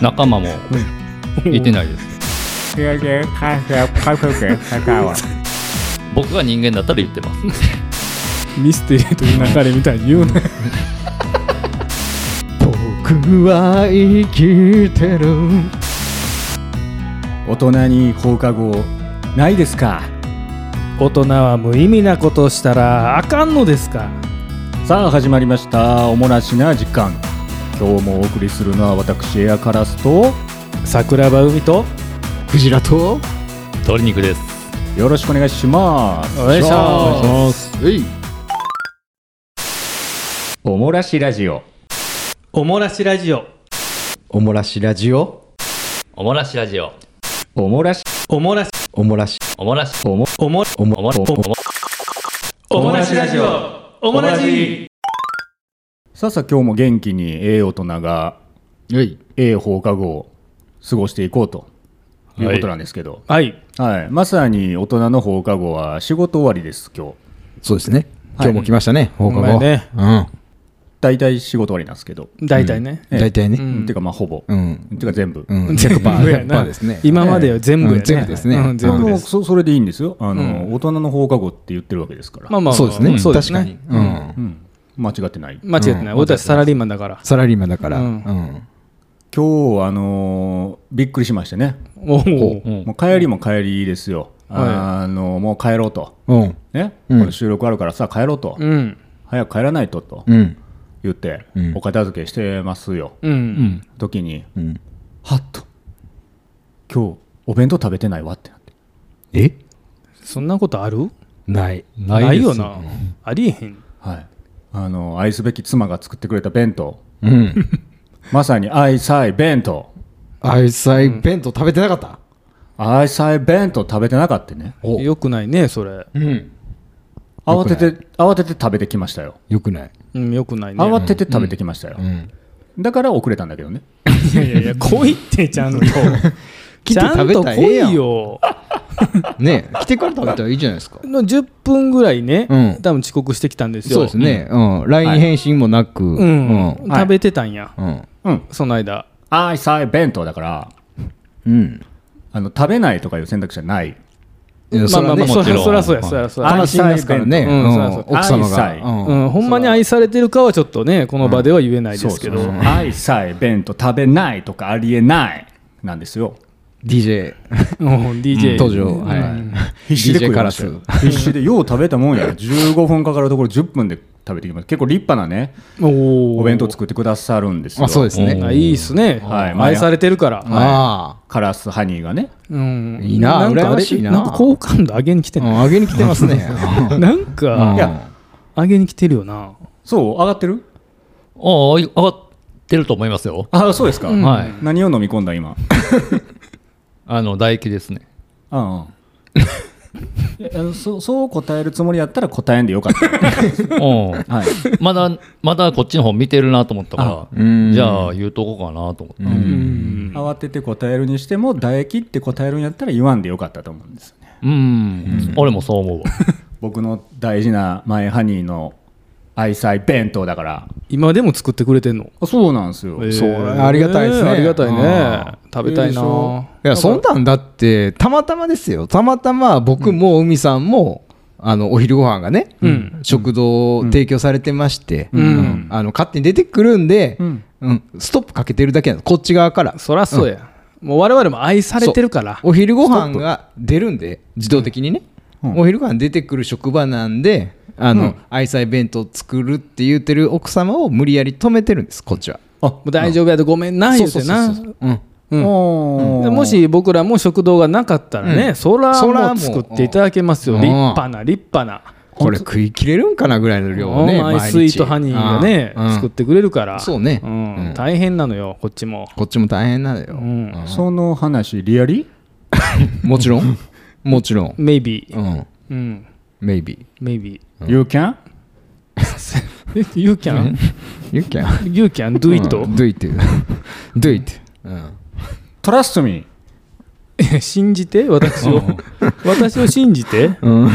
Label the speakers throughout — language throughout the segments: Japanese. Speaker 1: 仲間もいてないです
Speaker 2: いやいや、カフェ、カフェ、カフェは。
Speaker 1: 僕が人間だったら言ってます
Speaker 2: ミステリーという流れみたいに言うな。
Speaker 3: 僕は生きてる大人に放課後ないですか
Speaker 4: 大人は無意味なことをしたらあかんのですか
Speaker 3: さあ始まりましたおもらしな時間今日もお送りするのは私エアカラスと
Speaker 4: 桜庭海と
Speaker 3: クジラと
Speaker 1: 鶏肉です
Speaker 3: よろしくお願いします
Speaker 4: お願いします
Speaker 3: すいおもらしラジオ
Speaker 4: おもらしラジオ
Speaker 5: おもらしラジオ
Speaker 1: おもらしラジオ
Speaker 3: おもらし
Speaker 4: おもらし
Speaker 5: おもらし
Speaker 1: おもらし
Speaker 3: おも
Speaker 4: おも
Speaker 5: おも
Speaker 1: おもらしおも
Speaker 4: おもらしラジオおもらし
Speaker 3: さあさあ今日も元気にええ大人が
Speaker 5: えい
Speaker 3: ええ放課後を過ごしていこうということなんですけど、
Speaker 4: はい
Speaker 3: はいまさに大人の放課後は仕事終わりです今日
Speaker 5: そうですね
Speaker 3: はい
Speaker 5: 今日も来ましたね、放課
Speaker 4: ほ
Speaker 5: 後
Speaker 4: んまやね
Speaker 5: うん
Speaker 3: 大体仕事終わりなんですけど、
Speaker 4: 大体ね
Speaker 3: ええ
Speaker 5: 大体ね
Speaker 3: っていうかまあほぼ、
Speaker 5: うん
Speaker 3: っていうか全部、
Speaker 5: うん
Speaker 4: 全部
Speaker 5: 100%
Speaker 4: やな
Speaker 5: 100%ですね
Speaker 4: 今までよ全部やね
Speaker 5: うん全部ですね
Speaker 4: うん全
Speaker 3: で
Speaker 4: 部
Speaker 3: も
Speaker 4: です
Speaker 3: そそれでいいんですよあの、大人の放課後って言ってるわけですから、
Speaker 4: まあまあ
Speaker 5: そうですね、
Speaker 4: ん
Speaker 5: 確かに、う
Speaker 3: う
Speaker 5: ん
Speaker 3: ん、間違ってない
Speaker 4: 間違ってない俺たちサラリーマンだから
Speaker 5: サラリーマンだから、
Speaker 4: う
Speaker 5: うんん
Speaker 3: 今日あのーびっくりしましてね、
Speaker 4: おお
Speaker 1: うん
Speaker 3: もう帰りも帰りですよ、
Speaker 4: はい
Speaker 3: あのもう帰ろうと
Speaker 5: うん
Speaker 3: ね、
Speaker 5: うん
Speaker 3: これ収録あるからさ帰ろうと、
Speaker 4: うん
Speaker 3: 早く帰らないとと
Speaker 5: うん
Speaker 3: 言って、
Speaker 5: うん
Speaker 3: お片付けしてますよ
Speaker 4: う
Speaker 1: うんん
Speaker 3: 時に
Speaker 5: うん
Speaker 3: はっと今日お弁当食べてないわってなって
Speaker 5: え
Speaker 4: そんなことある
Speaker 5: ない
Speaker 4: な
Speaker 1: ない
Speaker 4: い
Speaker 1: で
Speaker 4: よ
Speaker 1: す
Speaker 4: なありえへん
Speaker 3: はいあの愛すべき妻が作ってくれた弁当
Speaker 5: うん
Speaker 3: まさに愛さえ弁当
Speaker 5: 愛妻弁当食べてなかった
Speaker 3: 愛さえ弁当食べてなかったね
Speaker 5: お
Speaker 4: よくないねそれ
Speaker 5: うん
Speaker 3: 慌て
Speaker 5: よ
Speaker 3: て慌てて食べてきましたよ
Speaker 5: よくない
Speaker 4: うんよくないね
Speaker 3: 慌てて食べてきましたよ、
Speaker 5: うん
Speaker 3: だから遅れたんだけどね
Speaker 4: いやいやいや来いってちゃんと ち
Speaker 5: 来て
Speaker 4: ゃ
Speaker 5: 食
Speaker 4: ん
Speaker 5: べ
Speaker 4: と
Speaker 5: たらええやん
Speaker 4: 来いよ
Speaker 5: ねえ来てから食べたらいいじゃないですか
Speaker 4: の10分ぐらいね、
Speaker 5: うん
Speaker 4: 多分遅刻してきたんですよ。
Speaker 5: そうですね、うん、LINE 返信もなく、
Speaker 4: うん
Speaker 5: うん
Speaker 3: はい
Speaker 4: 食べてたんや、
Speaker 5: うん
Speaker 3: うん
Speaker 4: その間。
Speaker 3: 愛さえ弁当だから
Speaker 5: うん
Speaker 3: あの食べないとかいう選択肢はない
Speaker 5: いや
Speaker 4: まあまあまあ、そ
Speaker 5: そら
Speaker 4: り
Speaker 5: ね
Speaker 4: ゃ
Speaker 5: もち
Speaker 4: そ
Speaker 5: ろん
Speaker 4: らそうや、そりゃそう
Speaker 3: あ
Speaker 4: や。
Speaker 5: 悲しみますからね、
Speaker 4: う
Speaker 5: うんん
Speaker 4: そう
Speaker 5: 奥様
Speaker 3: 愛
Speaker 5: が、
Speaker 3: 妻
Speaker 5: うん
Speaker 4: うん、ほんまに愛されてるかはちょっとね、この場では言えないですけど、
Speaker 3: そうそうそう愛さえ弁当食べないとかありえないなんですよ
Speaker 5: DJ
Speaker 4: うん DJ、
Speaker 5: 登場、はい
Speaker 3: 必死で
Speaker 5: DJ
Speaker 3: 食い
Speaker 5: カ
Speaker 3: ま
Speaker 5: ラ
Speaker 3: した
Speaker 5: ス
Speaker 3: よ必死でよう食べたもんや15分かかるところ10分で食べてきます結構立派なね
Speaker 4: お
Speaker 3: お弁当
Speaker 4: 作
Speaker 3: 作ってくださるんですよ
Speaker 5: あそうです
Speaker 1: う
Speaker 5: ね、
Speaker 1: ん
Speaker 4: あいいっすね、
Speaker 3: はい
Speaker 4: 愛されてるから。
Speaker 5: あ
Speaker 3: カラスハニーがね
Speaker 4: うん、
Speaker 5: いいな
Speaker 4: なんかあ
Speaker 5: 羨ま
Speaker 4: れ
Speaker 5: しいな
Speaker 4: なんか好感度上げに来て
Speaker 5: あ、う、
Speaker 4: なんい、
Speaker 5: 上げに来てますね
Speaker 4: なん
Speaker 5: うん
Speaker 4: か上げに来てるよな。
Speaker 3: そう上がってる
Speaker 1: おー上がってると思いますよ
Speaker 3: あそうですか、
Speaker 4: うん
Speaker 1: はい
Speaker 3: 何を飲み込んだ今
Speaker 1: あの唾液ですね
Speaker 3: ああそそう答えるつもりやったら答えんでよかった、
Speaker 1: うん
Speaker 3: はい、
Speaker 1: まだまだこっちの方見てるなと思ったか
Speaker 5: うん
Speaker 1: らじゃあ言うとこかなと思って
Speaker 4: うん
Speaker 3: 慌てて答えるにしても唾液って答えるんやったら言わんでよかったと思うんですよね
Speaker 1: うん俺もそう思うわ
Speaker 3: 僕の大事なマイハニーの愛妻弁当だから
Speaker 4: 今でも作ってくれてんの。
Speaker 3: あそうなんですよ、
Speaker 5: それありがたいですね
Speaker 4: ありがたいね。食べた
Speaker 3: いい
Speaker 4: い
Speaker 3: でし
Speaker 4: な
Speaker 3: ょ。
Speaker 5: いやそんなんだってたまたまですよたまたま僕も海さんも、あのお昼ご飯がね、
Speaker 4: うん
Speaker 5: 食堂を提供されてまして、
Speaker 4: うん
Speaker 5: あの勝手に出てくるんで、
Speaker 3: う
Speaker 5: うんんストップかけてるだけなのこっち側から
Speaker 4: そらそうや、もう我々も愛されてるから
Speaker 5: お昼ご飯が出るんで自動的にね、お昼ご飯出てくる職場なんであの、愛妻弁当作るって言ってる奥様を無理やり止めてるんですこっちは、
Speaker 4: もう大丈夫やでごめんな言うてな
Speaker 5: そうそうそうそううん
Speaker 4: うん
Speaker 3: おー
Speaker 4: でもし僕らも食堂がなかったらね、
Speaker 5: うん
Speaker 4: そら
Speaker 5: そら
Speaker 4: も
Speaker 5: も
Speaker 4: う作っていただけますよ
Speaker 5: うん
Speaker 4: 立派な立派な
Speaker 5: これ食い切れるんかなぐらいの量をね
Speaker 4: マイ
Speaker 5: 毎日
Speaker 4: スイートハニーがね、
Speaker 5: うん
Speaker 4: 作ってくれるから
Speaker 5: そうね
Speaker 4: ん
Speaker 5: うん
Speaker 4: 大変なのよこっちも、
Speaker 5: こっちも大変なのよ、
Speaker 4: うん、
Speaker 3: その話リアリ
Speaker 5: もちろ んもちろん、
Speaker 4: maybe
Speaker 5: うん、
Speaker 4: うん
Speaker 5: maybe
Speaker 4: maybe
Speaker 3: ?You can?
Speaker 4: you can
Speaker 5: you can
Speaker 4: you can do it、
Speaker 5: うん do it do it うん、
Speaker 3: Trust me
Speaker 4: 信じて私を私を信じて
Speaker 5: うん、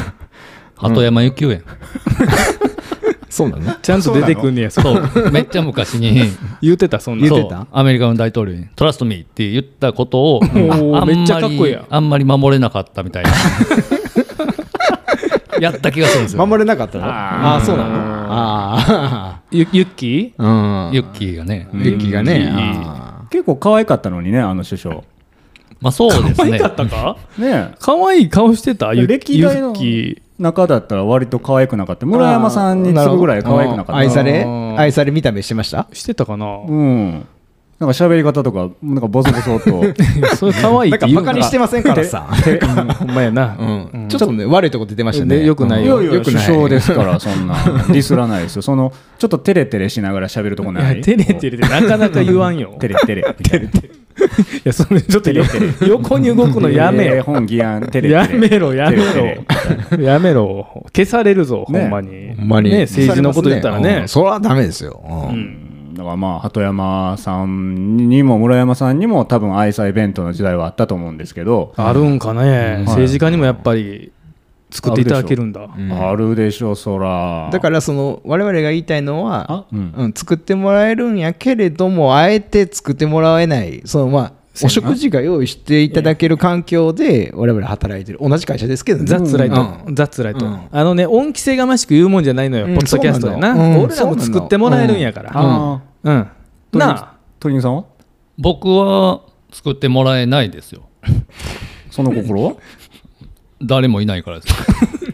Speaker 1: 鳩山由紀夫やん
Speaker 5: そうなの
Speaker 4: ちゃんと出てくんねやそ
Speaker 1: そううめっちゃ昔に
Speaker 4: 言ってたそんな
Speaker 5: 言
Speaker 1: そ
Speaker 5: ってた
Speaker 1: うアメリカの大統領に「トラストミー」って言ったことを
Speaker 4: ー
Speaker 1: ああんまり
Speaker 4: めっちゃかっこいいやん
Speaker 1: あんまり守れなかったみ たいなやった気がするんですよ
Speaker 5: 守れなかったのあ
Speaker 4: あー
Speaker 5: あーそうなのあ
Speaker 4: ゆユッキー
Speaker 5: あうん
Speaker 1: ユッキーがね、
Speaker 5: ユッキーが
Speaker 1: ユッ
Speaker 5: ね
Speaker 1: キー
Speaker 5: あ
Speaker 3: 結構可愛かったのにねあの首相
Speaker 1: まあそうですね
Speaker 4: だったか
Speaker 3: ねえ
Speaker 4: 可愛い顔してたユッ
Speaker 3: 歴
Speaker 4: キーユ
Speaker 3: 代の
Speaker 4: ッキ
Speaker 3: 中だったら割と可愛くなかった村山さんに次ぐぐらい可愛くなかった
Speaker 5: 愛され
Speaker 4: あー
Speaker 5: 愛され見た目してました
Speaker 4: ーしてたかな
Speaker 3: うんなんか喋り方とかなんかボソボ ソと
Speaker 4: それ可愛い
Speaker 5: な
Speaker 4: っ
Speaker 5: んか
Speaker 4: て言
Speaker 5: バ
Speaker 4: う
Speaker 5: カにしてませんからさ
Speaker 4: うんほんまやな
Speaker 5: うんちょっとね悪いとこ出てましたね
Speaker 4: ねよくない
Speaker 3: いやいや
Speaker 5: よく
Speaker 3: 首
Speaker 5: ない
Speaker 3: 相ですからそんなディスらないですよそのちょっとテレテレしながら喋るとこ
Speaker 4: い
Speaker 3: な
Speaker 4: や
Speaker 3: い
Speaker 4: 照れてるってなかなか言わんよ
Speaker 3: テレテレみたいない
Speaker 4: やそれちょっとよ横に動くのやめ
Speaker 3: えー
Speaker 4: よ
Speaker 3: 本議案テレテレ
Speaker 4: やめろやめ
Speaker 3: テレテレ
Speaker 4: ろやめろ消されるぞほ
Speaker 3: ね
Speaker 4: んまに
Speaker 5: ほんまに
Speaker 4: ね政治のこと言ったら
Speaker 5: う
Speaker 4: ね
Speaker 5: んそれはダメですようん
Speaker 3: うんだからまあ鳩山さんにも村山さんにも多分愛妻弁当の時代はあったと思うんですけど、
Speaker 4: あるんかね
Speaker 3: ん
Speaker 4: 政治家にもやっぱり作っていただけるんだ
Speaker 5: うん
Speaker 3: あるでしょそら
Speaker 5: だからその我々が言いたいのは、
Speaker 3: うん
Speaker 5: うん、作ってもらえるんやけれどもあえて作ってもらえないそのまあお食事が用意していただける環境で我々働いてる同じ会社ですけどね
Speaker 4: ザッツライト、
Speaker 5: うん
Speaker 4: ザッツライト、
Speaker 5: うん
Speaker 4: あのね恩着せがましく言うもんじゃないのよ、
Speaker 5: うん
Speaker 4: ポッドキャストでな
Speaker 5: そうなのうん
Speaker 4: 俺らも作ってもらえるんやから
Speaker 3: あ
Speaker 4: うん、
Speaker 3: ー
Speaker 4: な
Speaker 3: 鳥人さんは
Speaker 1: 僕は作ってもらえないですよ
Speaker 3: その心 は
Speaker 1: 誰もいない からです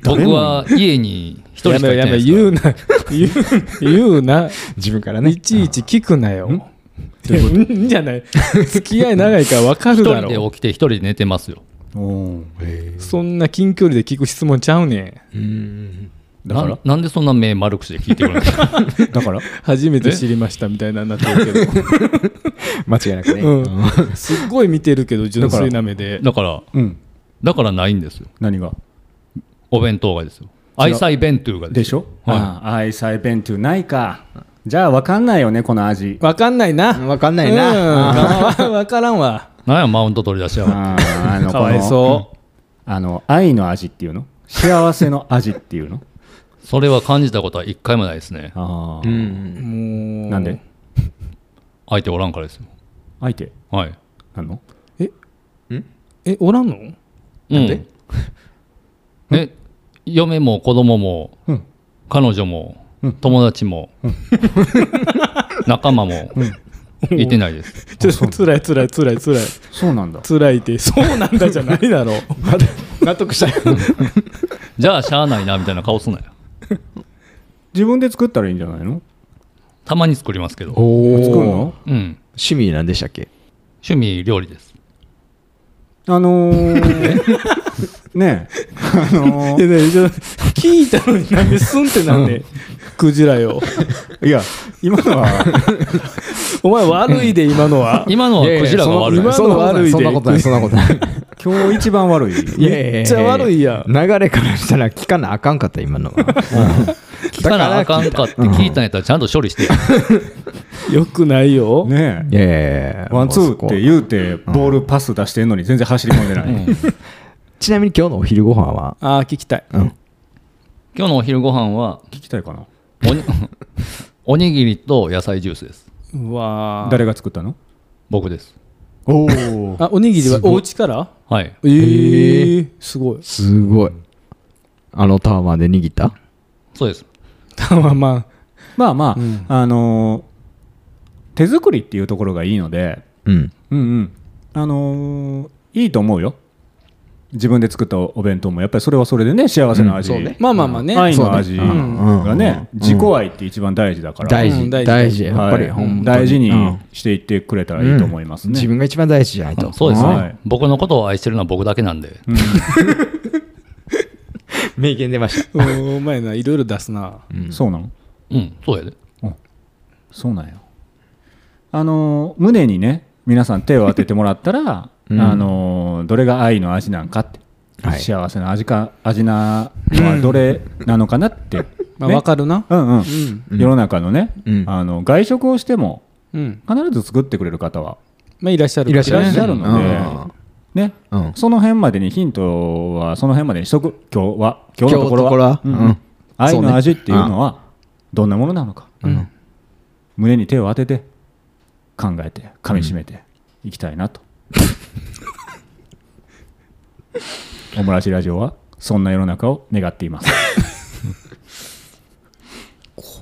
Speaker 3: 誰もいない
Speaker 1: 僕は家に一
Speaker 4: あ
Speaker 1: 人しか
Speaker 4: やめろ
Speaker 1: い
Speaker 4: や
Speaker 1: ない
Speaker 4: めろ
Speaker 1: です
Speaker 4: 言うな言う言うな
Speaker 5: 自分からね
Speaker 4: いちいち聞くなよ、
Speaker 3: ん
Speaker 4: いやうんじゃない付き合い長いから分かるだ
Speaker 1: 一人で
Speaker 4: ろ
Speaker 1: 起きて一人で寝てますよ
Speaker 3: おー
Speaker 4: そんな近距離で聞く質問ちゃうねん
Speaker 3: だか
Speaker 1: な
Speaker 3: ら
Speaker 1: なんでそんな目丸くして聞いてくるんです か
Speaker 3: だ から
Speaker 4: 初めて知りましたみたいなになってるけど、
Speaker 5: 間違いなくね、
Speaker 4: うん、すっごい見てるけど純粋な目で
Speaker 1: だから
Speaker 3: うん
Speaker 1: だからないんですよ
Speaker 3: 何が
Speaker 1: お弁当がですよ愛妻弁当が
Speaker 3: で
Speaker 1: です
Speaker 3: しょ、
Speaker 1: はい
Speaker 3: あー愛妻弁当ないかじゃあ分かんないよねこの味
Speaker 4: 分かんないな
Speaker 5: 分かんないな、
Speaker 4: うん、分からんわ
Speaker 1: なんやマウント取り出しやがって
Speaker 3: あー あの
Speaker 4: かわいそう
Speaker 3: あの愛の味っていうの幸せの味っていうの
Speaker 1: それは感じたことは一回もないですね
Speaker 3: あ
Speaker 5: う
Speaker 3: ー
Speaker 5: ん
Speaker 4: う。もう
Speaker 3: なんで
Speaker 1: 相手おらんからですよ
Speaker 3: 相手
Speaker 1: はい
Speaker 3: なの
Speaker 4: え、おらんの
Speaker 1: なんで、え嫁も子供も、
Speaker 3: うん
Speaker 1: 彼女も、友達も、 仲間も、いてないです
Speaker 4: ちょっとつらいつらいつらいつらい
Speaker 3: そうなんだ
Speaker 4: つらいって、そうなんだじゃないだろう。
Speaker 5: 納得したよ
Speaker 1: じゃあしゃあないなみたいな顔すんなよ
Speaker 3: 自分で作ったらいいんじゃないの
Speaker 1: たまに作りますけど、
Speaker 5: お
Speaker 3: 作るの
Speaker 1: うん、
Speaker 5: 趣味なんでしたっけ
Speaker 1: 趣味料理です
Speaker 3: あのー、ね えあの
Speaker 4: いやいやちょっと聞いたのになんでスンってなんで、クジラよ。
Speaker 3: ー、いや今のは
Speaker 4: お前悪いで、今のは。
Speaker 1: 今のはクジラが悪い
Speaker 4: いやいやそ
Speaker 5: そんなことないそん
Speaker 4: 今
Speaker 5: な
Speaker 4: の
Speaker 5: こと
Speaker 4: 悪
Speaker 5: ない
Speaker 4: で
Speaker 5: いそんなことない
Speaker 3: 今日一番悪い
Speaker 5: いやいやいや
Speaker 4: めっちゃ悪いやん
Speaker 5: 流れからしたら聞かなあかんかった今のは
Speaker 1: 聞かなあかんかって聞いたんやったらちゃんと処理してよ
Speaker 4: よくないよ。
Speaker 3: ね
Speaker 5: い
Speaker 3: え
Speaker 5: やいやいや
Speaker 3: ワンツ
Speaker 5: もうそ
Speaker 3: ー
Speaker 5: こ
Speaker 3: って言うてボールパス出してんのに全然走り込んで ない、
Speaker 5: ちなみに今日のお昼ご飯は
Speaker 4: ああ、聞きたい。
Speaker 1: 今日のお昼ご飯は
Speaker 3: 聞きたいかな
Speaker 1: おに おにぎりと野菜ジュースです
Speaker 4: うわー
Speaker 3: 誰が作ったの
Speaker 1: 僕です
Speaker 3: おお
Speaker 4: あ、おにぎりはお家から
Speaker 1: はい
Speaker 4: えー、すごい。
Speaker 5: すごいあのタワマンで握った
Speaker 1: そうです
Speaker 4: たまま
Speaker 3: まあまあ、あのー手作りっていうところがいいので
Speaker 5: うん
Speaker 3: うんうんあのーいいと思うよ自分で作ったお弁当もやっぱりそれはそれでね幸せな味、
Speaker 5: そうね
Speaker 4: まあまあまあね。
Speaker 3: 愛の味
Speaker 5: そうねうん
Speaker 3: がね、
Speaker 5: うん
Speaker 3: 自己愛って一番大事だから
Speaker 5: 大
Speaker 4: う
Speaker 5: 事
Speaker 4: ん大事
Speaker 5: 大事やっぱり
Speaker 3: はい
Speaker 5: ほんまに
Speaker 3: 大事に
Speaker 5: うん
Speaker 3: していってくれたらいいと思いますね、
Speaker 5: 自分が一番大事じゃないと
Speaker 1: そうですね、
Speaker 3: はい
Speaker 1: 僕のことを愛してるのは僕だけなんで、
Speaker 5: 名言出ました
Speaker 4: うんお前な、いろいろ出すな。
Speaker 3: そうなの
Speaker 1: うん、そうやで。
Speaker 3: そうなんよあのー胸にね皆さん手を当ててもらったら、
Speaker 5: うん
Speaker 3: あのーどれが愛の味なんかって、
Speaker 5: はい
Speaker 3: 幸せの味か味なのはどれなのかな って、
Speaker 4: まあ、
Speaker 3: ね
Speaker 4: わかるな。
Speaker 3: うんうん
Speaker 4: うん。
Speaker 3: 世の中のね、
Speaker 5: うん
Speaker 3: あの外食をしても
Speaker 4: うん。
Speaker 3: 必ず作ってくれる方は
Speaker 4: まあ、いらっしゃる
Speaker 5: いらっしゃ
Speaker 3: いらっしゃ
Speaker 5: る
Speaker 3: る
Speaker 5: ね
Speaker 3: ので、ね
Speaker 5: うん
Speaker 3: その辺までにヒントはその辺までにしとく今日は今
Speaker 5: 今
Speaker 3: 日
Speaker 5: 日
Speaker 3: のとこ
Speaker 5: のとこ
Speaker 3: ろ
Speaker 5: ろ
Speaker 3: は
Speaker 5: は
Speaker 3: うん
Speaker 5: うん
Speaker 3: 愛の味っていうのはどんなものなのか、
Speaker 4: うん
Speaker 3: 胸に手を当てて考えて噛みしめていきたいなと、オムラジラジオはそんな世の中を願っています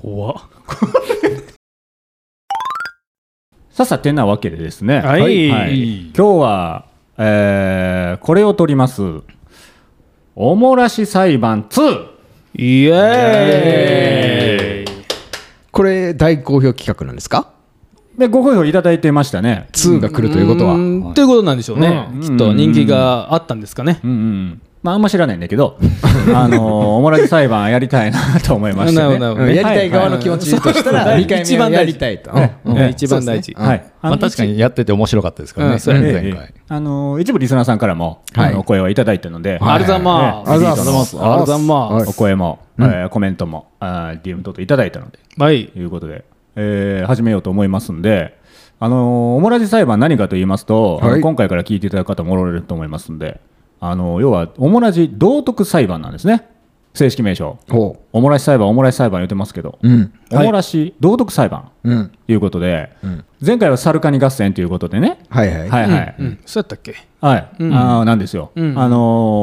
Speaker 4: 怖っ
Speaker 3: さあさてなわけでですね、
Speaker 4: はい
Speaker 3: 今日は、えーこれを取りますおもらし裁判2
Speaker 4: イエーイ
Speaker 5: これ大好評企画なんですか
Speaker 3: でご好評いただいてましたね
Speaker 5: ?2 が来るということは。
Speaker 4: んということなんでしょうね、
Speaker 3: うん
Speaker 4: きっと人気があったんですかね、
Speaker 3: うんうんまああんま知らないんだけどあのおもらし裁判やりたいなと思いまして、ね、
Speaker 4: なるほどなるほど
Speaker 5: うんやりたい側の気持ちとしたら、
Speaker 4: はい
Speaker 5: 2回目はやりたいと。うん
Speaker 4: うん一番大事、
Speaker 5: うん
Speaker 3: はい、
Speaker 1: まあ、確かにやってて面白かったですからね、
Speaker 4: うんそうや
Speaker 3: ええ
Speaker 1: 前
Speaker 3: え
Speaker 1: 回
Speaker 3: え。あの一部リスナーさんからも、
Speaker 5: はい
Speaker 3: あのお声をいただいたので、
Speaker 4: ありがとうございます、
Speaker 5: ありがとうございます
Speaker 4: ありがとうございます
Speaker 3: お声も、えーコメントもあー DM 等々いただいたので
Speaker 4: はい
Speaker 3: ということで、えー始めようと思いますんで、あのーオモラジ裁判何かと言いますと、
Speaker 5: はい
Speaker 3: あの今回から聞いていただく方もおられると思いますんで、あのー要はオモラジ道徳裁判なんですね正式名称
Speaker 5: ほ
Speaker 3: オモラシ裁判オモラシ裁判言ってますけど、
Speaker 5: う。うん。
Speaker 3: オモラシ道徳裁判
Speaker 5: うん。
Speaker 3: ということで、前回はサルカニ合戦ということでね、
Speaker 5: はいはい。
Speaker 3: はいはい、
Speaker 4: うん、そうやったっけ
Speaker 3: はい、あーなんですよ。
Speaker 4: うん
Speaker 3: あの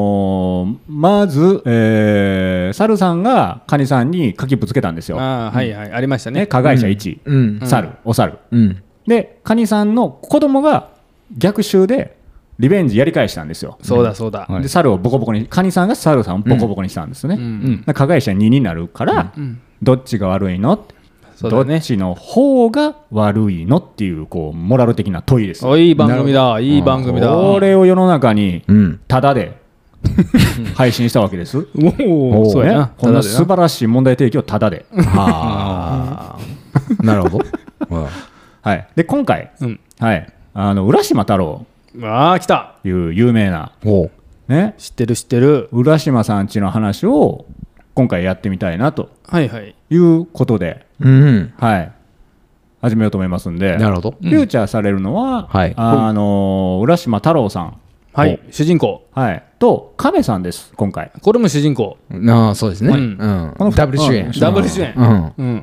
Speaker 3: ーまず、えー、猿さんがカニさんに書きぶつけたんですよ。
Speaker 4: ああはいはい、ありました
Speaker 3: ね、
Speaker 4: ね
Speaker 3: 加害者1、
Speaker 5: うん。
Speaker 3: 猿、お猿。
Speaker 5: うん。
Speaker 3: で、カニさんの子供が逆襲でリベンジやり返したんですよ。
Speaker 4: そうだそうだ、
Speaker 1: はい
Speaker 3: で、猿をボコボコに、カニさんが猿さんをボコボコにしたんですね。
Speaker 4: うん
Speaker 3: 加害者2になるから、
Speaker 4: うん
Speaker 3: どっちが悪いのって
Speaker 4: そう
Speaker 3: ど
Speaker 4: だね
Speaker 3: っちの方が悪いのっていう、こう、モラル的な問いですよ。
Speaker 4: おいい番組だいい番組だ
Speaker 3: これを世の中に
Speaker 5: うん。
Speaker 3: ただ で配信したわけです。
Speaker 4: おおそうやな
Speaker 3: ねこんな素晴らしい問題提起をた だで。
Speaker 5: はあ。なるほど。
Speaker 3: はい、で今回、
Speaker 4: うん
Speaker 3: はい、あの浦島太郎
Speaker 4: ああ来た
Speaker 3: という有名な、
Speaker 5: ほう。
Speaker 3: ね、
Speaker 4: 知ってる知ってる
Speaker 3: 浦島さんちの話を今回やってみたいなと
Speaker 4: はいはい
Speaker 3: いうことで、
Speaker 5: うん。
Speaker 3: はい、始めようと思いますんで、
Speaker 5: なるほど。
Speaker 3: フューチャーされるのは、
Speaker 5: はい
Speaker 3: あの浦島太郎さん、
Speaker 4: はい主人公
Speaker 3: はい、と亀さんです、今回。
Speaker 4: これも主人公
Speaker 5: ああ、そうですね。
Speaker 4: う
Speaker 5: うんん
Speaker 3: この。二
Speaker 5: ダブル主演。
Speaker 4: ダブル主演
Speaker 5: うん。
Speaker 4: うん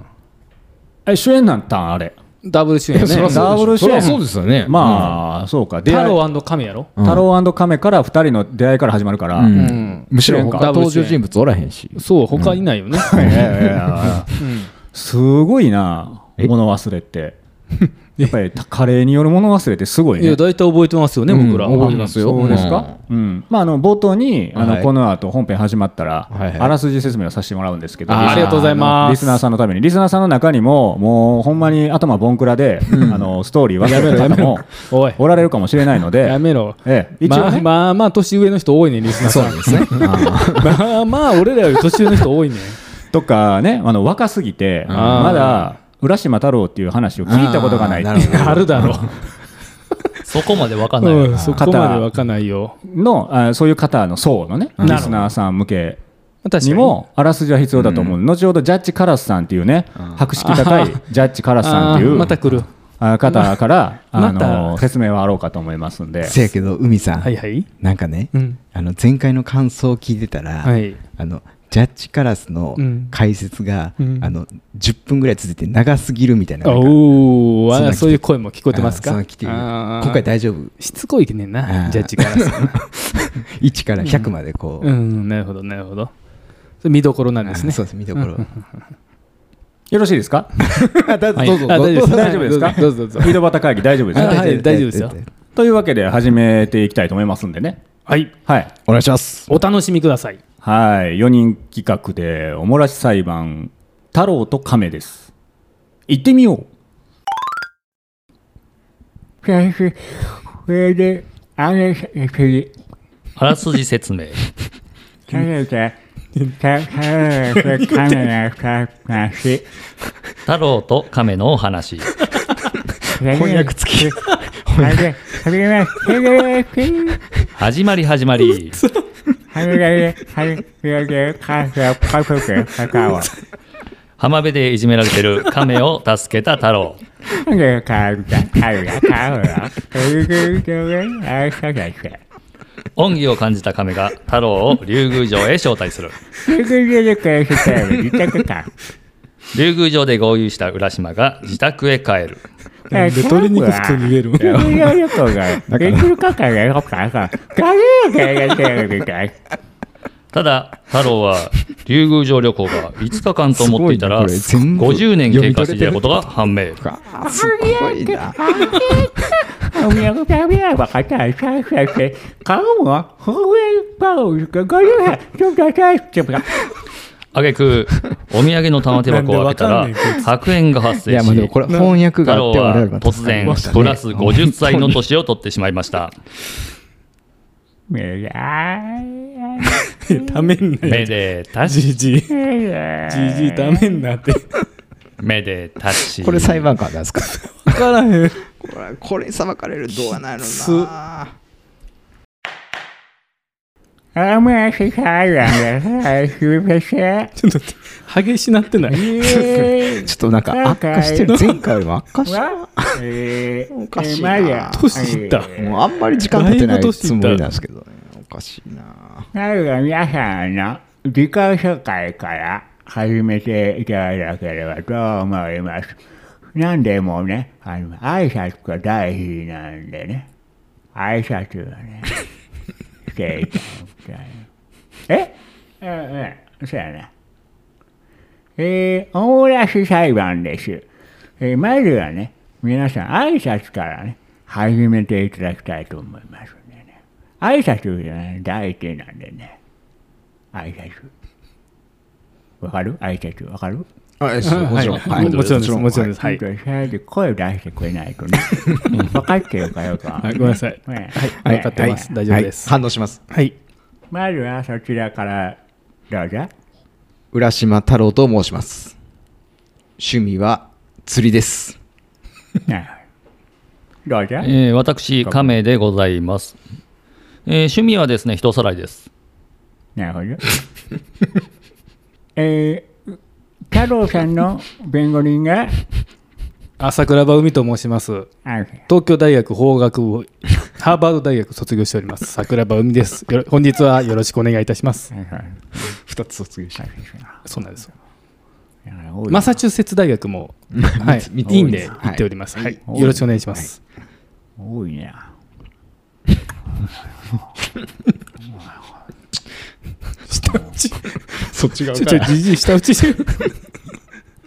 Speaker 3: え主演なんたんあれ、
Speaker 4: ダブル主演ね
Speaker 5: そりゃそうでしょ
Speaker 3: ダブル主演
Speaker 5: そりゃそうですよね。
Speaker 3: まあ、そうか、出
Speaker 4: 太
Speaker 3: 会い
Speaker 4: 郎亀やろ
Speaker 3: 太郎亀から2人の出会いから始まるから、
Speaker 5: うん
Speaker 4: ん
Speaker 5: むしろ他
Speaker 4: ダブル
Speaker 5: 登
Speaker 4: 主演
Speaker 5: 場人物おらへんし。
Speaker 4: そう他いないよね
Speaker 3: いやいやいやすごいな物忘れってやっぱりカレーによる物忘れってすごい
Speaker 4: いや
Speaker 3: ね
Speaker 4: 大体覚えてますよね僕ら
Speaker 5: うん覚えてますよ。
Speaker 3: そうですか、うんまあ、あの冒頭にあの、
Speaker 5: はい
Speaker 3: この後本編始まったら、
Speaker 5: はいはい
Speaker 3: あらすじ説明をさせてもらうんですけど
Speaker 5: あー
Speaker 3: リスナー
Speaker 5: ありがとうござ
Speaker 4: います
Speaker 3: あのリスナーさんのためにリスナーさんの中にももうほんまに頭ボンクラで、あのストーリー忘れた方も
Speaker 4: おい
Speaker 3: おられるかもしれないので
Speaker 4: やめろ
Speaker 3: ええ、一応
Speaker 4: まあ
Speaker 3: ね、
Speaker 4: まあまあ年上の人多いねリスナー
Speaker 5: そ
Speaker 4: さ
Speaker 5: うんなんですね。
Speaker 4: まあまあ俺らより年上の人多いね
Speaker 3: とかねあの若すぎて
Speaker 4: あー
Speaker 3: まだ浦島太郎っていう話を聞いたことがない
Speaker 5: あーなるほど
Speaker 4: あるだろ
Speaker 1: そこまでわかんないよ
Speaker 4: うんそこまでわかんないよ
Speaker 3: のあそういう方の層のね、リスナーさん向け
Speaker 4: 確か
Speaker 3: に
Speaker 4: に
Speaker 3: もあらすじは必要だと思う、後ほどジャッジカラスさんっていうね、博識 高いジャッジカラスさんってい
Speaker 4: あー
Speaker 3: う
Speaker 4: また来る
Speaker 3: あ方から、あ
Speaker 4: また
Speaker 3: の説明はあろうかと思いますんで、
Speaker 5: せやけど、海さん
Speaker 4: は。いはい
Speaker 5: なんかね、
Speaker 4: うん
Speaker 5: あの前回の感想を聞いてたら、
Speaker 4: はい
Speaker 5: あのジャッジカラスの
Speaker 4: うん
Speaker 5: 解説が、
Speaker 4: うん
Speaker 5: あの10分ぐらい続いて長すぎるみたいななんか
Speaker 4: おお
Speaker 5: そんな
Speaker 4: あ
Speaker 5: 来て
Speaker 4: そういう声も聞こえてます
Speaker 5: あ
Speaker 4: か
Speaker 5: そんな来てる
Speaker 4: あー
Speaker 5: 今回大丈夫
Speaker 4: しつこいけねん
Speaker 5: あ
Speaker 4: な
Speaker 5: ー
Speaker 4: ジャッジから すると
Speaker 5: 1から100までこう、
Speaker 4: うんなるほどなるほどそれ見どころなんですね
Speaker 5: そうです見どころ、
Speaker 3: よろしいです か、
Speaker 5: あだどうぞ
Speaker 4: あ大丈夫
Speaker 3: 大丈夫ですか
Speaker 4: どうぞどうぞ
Speaker 3: 井戸端会議大丈夫です
Speaker 4: あ
Speaker 3: か
Speaker 4: はい大丈夫ですよ
Speaker 3: というわけで始めていきたいと思いますんでね、
Speaker 4: はい
Speaker 3: はい、
Speaker 5: お願いします
Speaker 4: お楽しみください
Speaker 3: はい4人企画でおもらし裁判、太郎と亀です。行ってみよう
Speaker 2: 先生、これで、あれ、え、次。
Speaker 1: あらすじ説明。
Speaker 2: カレーで、カレーで、カメラ探し。
Speaker 1: 太郎と亀のお話。
Speaker 2: 翻訳付き。はじめ、はじめ、はじめ、
Speaker 1: 始まり始まり。
Speaker 2: はじめ、はじめ、カフェ、カフェ、カカオ。
Speaker 1: 浜辺でいじめられてる亀を助けた太郎。
Speaker 2: で、カウダ、カウダ、カウダ。うぐうぐ、あ
Speaker 3: à,
Speaker 2: いさだし。
Speaker 1: 恩義を感じた亀が太郎を竜宮城へ招待する。
Speaker 2: うぐうぐ、くして、いたくた。
Speaker 1: 竜宮城で合流した浦島が自宅へ帰る。
Speaker 4: なんで鶏肉つく逃げる
Speaker 3: Dạ,
Speaker 4: ん
Speaker 3: よくができるかかよくかかかるよかか
Speaker 1: ただ、太郎は竜宮城旅行が5日間と思っていたら、
Speaker 5: すごいねこれ全部
Speaker 1: 50年経過していたことが判明。
Speaker 5: すごいな。
Speaker 3: おみやご食べればかたいささせ顔もほえパウルがごりゅうちょっとさちょっと
Speaker 1: あげ く、お土産の玉手箱を開けたら
Speaker 4: なんでわかんねんこい、つ
Speaker 1: 白煙が発生
Speaker 5: いや、
Speaker 1: し、
Speaker 5: まあでもこれ翻訳
Speaker 1: 太
Speaker 5: があ
Speaker 1: 郎
Speaker 5: って我
Speaker 1: は
Speaker 5: 々は
Speaker 1: 突然、プラス50歳の年を取ってしまいました。
Speaker 3: めや
Speaker 4: ためんな
Speaker 1: め
Speaker 4: よ。
Speaker 1: でたし、
Speaker 4: じじい。じ
Speaker 3: めや
Speaker 4: じいためんなって。
Speaker 1: めでたし。
Speaker 5: これ裁判官なんですか
Speaker 4: わからへん。
Speaker 5: これ これ裁かれるどうなる
Speaker 4: す
Speaker 5: な
Speaker 3: あましさやんがすべせ
Speaker 4: ちょっと待って、激しなってない。
Speaker 3: え
Speaker 5: ちょっとなんか悪化してる前回よりも悪化してる
Speaker 3: わえ
Speaker 5: おかしい
Speaker 3: ま
Speaker 5: な
Speaker 3: や
Speaker 4: 年いった
Speaker 5: もうあんまり時間経って
Speaker 4: だ
Speaker 5: な
Speaker 4: いぶ
Speaker 5: い
Speaker 4: 年いった
Speaker 5: つもりなんですけどねおかしいな
Speaker 3: まずは皆さんの自己紹介から始めていただければと思います。なんでもね、あの挨拶が大事なんでね、挨拶はね、していただきたい。えうんうん、そうやな。えー、大らし裁判です。えーまずはね、皆さん挨拶からね、始めていただきたいと思いますんでね。挨拶じゃない、第一なんでね。挨拶。わかる挨拶わかる
Speaker 5: あえそうもちろん
Speaker 4: はいもちろんです、もちろんです。はい。
Speaker 3: ちょっとそれで声出してくれないとね。分かってるかよか。
Speaker 4: はいごめんなさい
Speaker 3: ね
Speaker 4: はい、分かってます。大丈夫です。
Speaker 5: 反応します
Speaker 4: はい。
Speaker 3: まずはそちらから、どうぞ。
Speaker 5: 浦島太郎と申します趣味は釣りです
Speaker 3: などうぞ。
Speaker 1: えー私、亀でございます。えー趣味はですね、人さらいです。
Speaker 3: なるほど。えー、太郎さんの弁護人が、
Speaker 4: 朝倉場海と申します。
Speaker 3: あ
Speaker 4: 東京大学法学部、ハーバード大学卒業しております。桜庭海です。よろ本日はよろしくお願いいたします。
Speaker 5: 二つ卒業した
Speaker 4: そうなんですよ。マサチューセッツ大学 も、はい、委員で行っております。はい、よろしくお願いします。
Speaker 3: 多いな。
Speaker 4: 下打ち、
Speaker 5: そっち側
Speaker 4: ちょちょ、じじい下打ちしてる。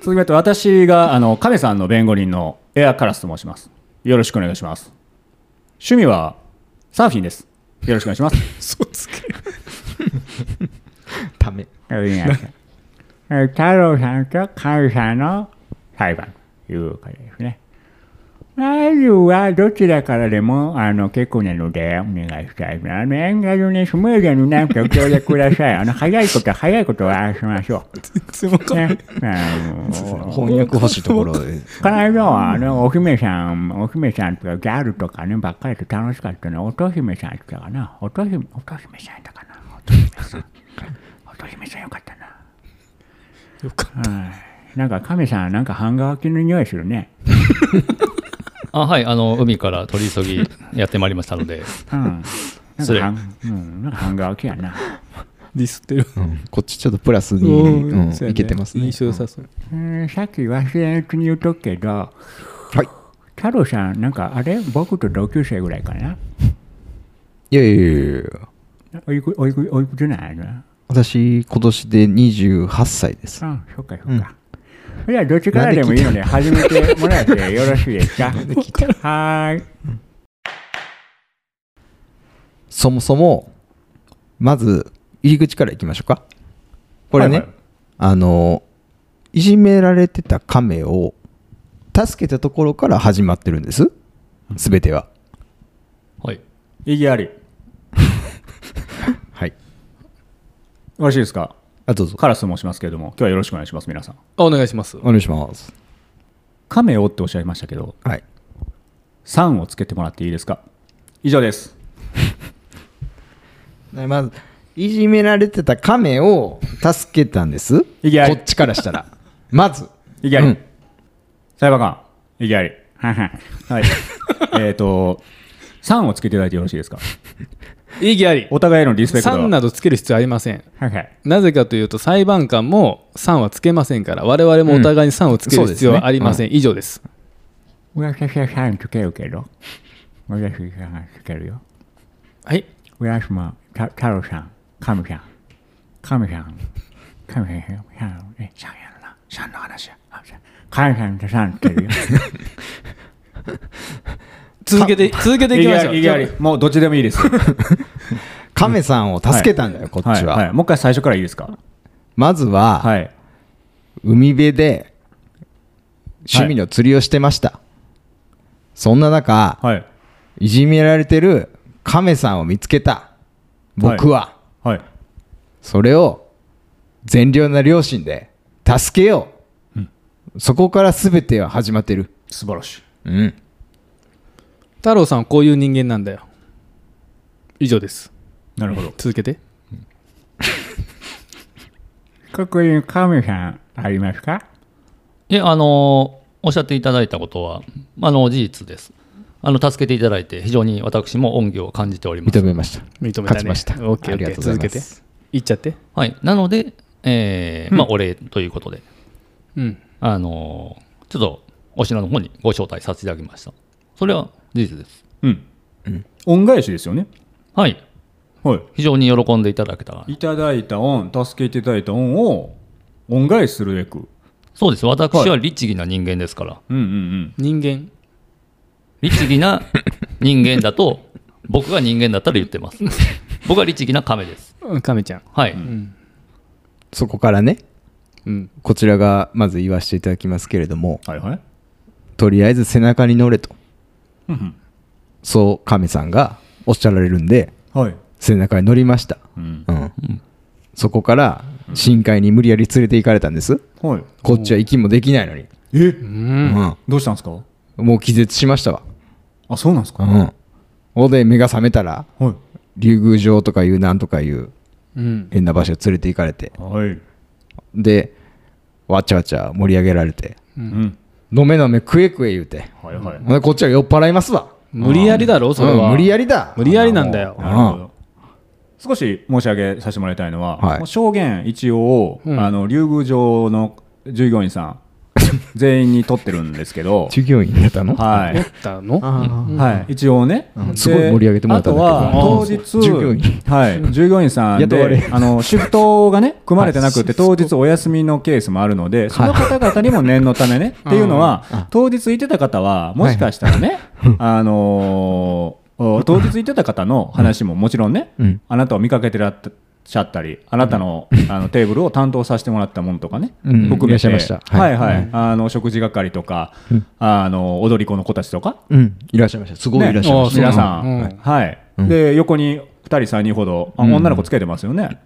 Speaker 6: 続きまして私があの亀さんの弁護人のエアカラスと申しますよろしくお願いします趣味はサーフィンですよろしくお願いします
Speaker 4: 嘘つけ。
Speaker 5: ため
Speaker 3: 多いな。えー太郎さんと神さんの裁判ということですね。まずはどちらからでもあの結構なのでお願いしたいな。あの遠慮にスムーズになんかご協力ください。あの早いこと早いことはしましょ
Speaker 4: 全然わか
Speaker 3: う。
Speaker 4: んない
Speaker 3: ね、あの
Speaker 5: 翻訳欲しいところ で
Speaker 3: この間はあのお姫さん、お姫さんとかギャルとかね、ばっかりと楽しかったね。おと姫さんって言ったかな。おと姫、おと姫さんやったかな。おと姫さん。おと姫さんよかったな。
Speaker 4: よかっ
Speaker 3: はいなんか亀さん、なんか半乾きの匂いするね。
Speaker 1: あ、はい、あの、海から取り急ぎ やってまいりましたので、
Speaker 3: うん。なん
Speaker 1: それ
Speaker 3: か半うん、なんか半乾きやな。
Speaker 4: た。ディスってる。
Speaker 5: こっちちょっとプラスに うん
Speaker 4: そうや
Speaker 5: いけてますね
Speaker 4: 印象良さそう。
Speaker 3: うんさっき忘れないうちに言うとくけど、
Speaker 5: はい
Speaker 3: 太郎さん、なんかあれ僕と同級生ぐらいかな。
Speaker 5: いやいやいやいや
Speaker 3: おいくおいくおいくつないの
Speaker 5: 私今年で28歳です
Speaker 3: あ、そっかそっか。じゃあ、どっちからでもいい ので、始めてもらってよろしいですか。はーい。
Speaker 5: そもそも、まず入り口からいきましょうか。これね、
Speaker 6: はいはい
Speaker 5: あの、いじめられてた亀を助けたところから始まってるんです、すべては。
Speaker 1: はい。
Speaker 6: 意義あ りよ
Speaker 5: はい。
Speaker 6: ろしいですか
Speaker 5: あ、どうぞ。
Speaker 6: カラスと申しますけれども今日はよろしくお願いします皆さん
Speaker 4: あお願いします。
Speaker 5: お願いします。
Speaker 6: 亀をっておっしゃいましたけど
Speaker 5: はい。
Speaker 6: さんをつけてもらっていいですか以上です
Speaker 5: まず、いじめられてた亀を助けたんです。こ
Speaker 6: いや
Speaker 5: っちからしたら。 まず。
Speaker 6: 意義あり、
Speaker 5: うん
Speaker 6: 裁判官意義あり
Speaker 3: はいはい。
Speaker 6: はいえっとさんをつけていただいてよろしいですか
Speaker 4: 意義あり。
Speaker 3: お互いへのリスペクト
Speaker 4: さん
Speaker 3: が。
Speaker 4: などつける必要ありません。
Speaker 3: はいはい。
Speaker 4: なぜかというと裁判官も3はつけませんから我々もお互いに3をつける必要はありません、以上です
Speaker 2: 私は3つけるけど、私は3つけるよ。
Speaker 4: はい
Speaker 2: 浦島た太郎さん、神さん、神さん、神さん、さん、え、さんやろな、さんの話や。あさん神さんとさんって るよ。
Speaker 4: 続けて続けていきましょう
Speaker 3: 意義あり意義ありもうどっちでもいいです。
Speaker 5: 亀さんを助けたんだよ、こっちは、
Speaker 3: いいもう一回最初からいいですか。
Speaker 5: まずは、
Speaker 3: はい。
Speaker 5: 海辺で趣味の釣りをしてました、そんな中、
Speaker 3: はい。
Speaker 5: い、じめられてる亀さんを見つけた僕は、
Speaker 3: はい。
Speaker 5: それを善良な両親で助けよう、そこから全ては始まってる
Speaker 3: 素晴らしい。
Speaker 5: うん
Speaker 4: 太郎さんはこういう人間なんだよ以上です
Speaker 3: なるほど。
Speaker 4: 続けて
Speaker 2: ここに神さんありますか
Speaker 1: いやあのおっしゃっていただいたことはあの事実ですあの助けていただいて非常に私も恩義を感じております
Speaker 5: 認めました
Speaker 4: 認めたね
Speaker 5: 勝ちました
Speaker 4: OKOK、オッケー
Speaker 5: あ
Speaker 4: オッ
Speaker 5: り
Speaker 4: ケ
Speaker 5: が
Speaker 4: ー
Speaker 5: とうござい
Speaker 4: 続
Speaker 5: ま
Speaker 4: けて
Speaker 5: す
Speaker 4: いっちゃって
Speaker 1: はい、なので、えーまあ、お礼ということで、
Speaker 4: うん
Speaker 1: あのーちょっとお品の方にご招待させていただきました。それは事実です。
Speaker 3: うん。恩返しですよね。
Speaker 1: はい、
Speaker 3: は
Speaker 1: 非常に喜んでいただけたら
Speaker 3: い。いただいた恩、助けていただいた恩を恩返しするべく。
Speaker 1: そうです、私は律儀な人間ですから、
Speaker 3: うんうん
Speaker 4: 人間
Speaker 1: 律儀 な人間だと、僕が人間だったら言ってます。 僕は律儀な亀です。
Speaker 4: うん亀ちゃん
Speaker 1: はい、
Speaker 5: そこからね
Speaker 4: うん
Speaker 5: こちらがまず言わせていただきますけれども
Speaker 3: うん。はいはい。
Speaker 5: とりあえず背中に乗れと
Speaker 3: うん
Speaker 5: そう亀さんがおっしゃられるんで
Speaker 3: うん。はい。
Speaker 5: 背中に乗りました、
Speaker 3: うん。
Speaker 5: うんそこから深海に無理やり連れて行かれたんです
Speaker 3: はい。
Speaker 5: こっちは息もできないのに、
Speaker 3: え
Speaker 4: うん
Speaker 3: どうしたんですか
Speaker 5: うんもう気絶しましたわ
Speaker 3: あ、そうなんですか
Speaker 5: う
Speaker 3: は
Speaker 5: んほんで目が覚めたら
Speaker 3: い。
Speaker 5: 竜宮城とかいうなんとかいう
Speaker 4: うん
Speaker 5: 変な場所へ連れて行かれて
Speaker 3: はい。
Speaker 5: でわちゃわちゃ盛り上げられて
Speaker 3: うん。
Speaker 5: 飲め飲め食え食え言うて
Speaker 3: はいはい。
Speaker 5: ほんでこっちは酔っ払いますわ
Speaker 4: 無理やりだろそれは、
Speaker 5: うん無理やりだ
Speaker 4: 無理やりなんだよ
Speaker 5: あ
Speaker 3: なるほど少し申し上げさせてもらいたいのは、
Speaker 5: はい
Speaker 3: 証言一応、
Speaker 4: うん
Speaker 3: あの竜宮城の従業員さ ん全員に取ってるんですけ ど、
Speaker 5: 従業員だったの
Speaker 3: は
Speaker 4: 思っ
Speaker 3: い
Speaker 4: たの
Speaker 3: はい、一応ね、
Speaker 5: ん
Speaker 3: です
Speaker 5: ごい盛り上げてもらったんだけど
Speaker 3: あとは当日
Speaker 5: そう従業員
Speaker 3: はい、従業員さん
Speaker 5: 雇われ
Speaker 3: であのシフトが ね組まれてなくて当日お休みのケースもあるのでその方々にも念のためねっていうのは当日いてた方はもしかしたらねあのー当日いてた方の話ももちろんね
Speaker 5: うん
Speaker 3: あなたを見かけてらっしゃったりあなたのあのテーブルを担当させてもらったものとかね
Speaker 5: うん
Speaker 3: 含
Speaker 5: いら
Speaker 3: め
Speaker 5: っしてゃいましたは
Speaker 3: はいいはいあの食事係とか
Speaker 5: うん
Speaker 3: あの踊り子の子たちとか
Speaker 5: うんいらっしゃいましたすごいいらっしゃいまし
Speaker 4: ね
Speaker 5: た
Speaker 3: 皆さん、
Speaker 4: うん
Speaker 3: はい、
Speaker 5: うん
Speaker 3: で横に2人3人ほど、あ
Speaker 5: うん
Speaker 3: 女の子つけてますよね、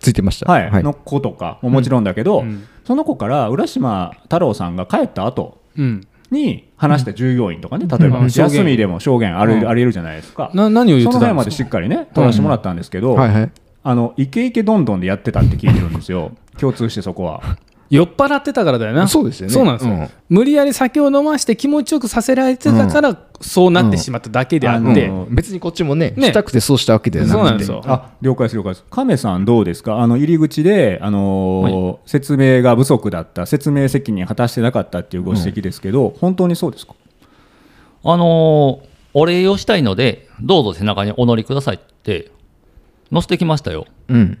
Speaker 5: ついてました
Speaker 3: はいの子とかももちろんだけど、
Speaker 4: うん
Speaker 3: その子から浦島太郎さんが帰った後
Speaker 4: うん
Speaker 3: に話した従業員とかね、例えば、
Speaker 4: うん証言
Speaker 3: 休みでも証言あり,、
Speaker 4: うん
Speaker 3: ありえるじゃないですか、
Speaker 4: な何を言
Speaker 3: そ
Speaker 4: っ
Speaker 3: の
Speaker 4: て
Speaker 3: 辺
Speaker 4: たん
Speaker 3: ま
Speaker 4: で
Speaker 3: ですしっかりね取らせてもらったんですけど、
Speaker 5: はいはい
Speaker 3: あのイケイケどんどんでやってたって聞いてるんです よ共通してそこは
Speaker 4: 酔っ払ってたからだよな
Speaker 5: そうですよね
Speaker 4: そうなんですよ、
Speaker 5: うん
Speaker 4: 無理やり酒を飲まして気持ちよくさせられてたから、そうなってしまっただけであって、
Speaker 3: で
Speaker 5: うん別にこっちもね
Speaker 4: ね
Speaker 5: したくてそうしたわけではなくて
Speaker 4: そうなんですよ
Speaker 3: あ了解です了解です亀さんどうですかあの入り口で、あのー説明が不足だった説明責任果たしてなかったっていうご指摘ですけど、本当にそうですか
Speaker 1: あのーお礼をしたいので、どうぞ背中にお乗りくださいって、乗せてきましたよ。
Speaker 5: うん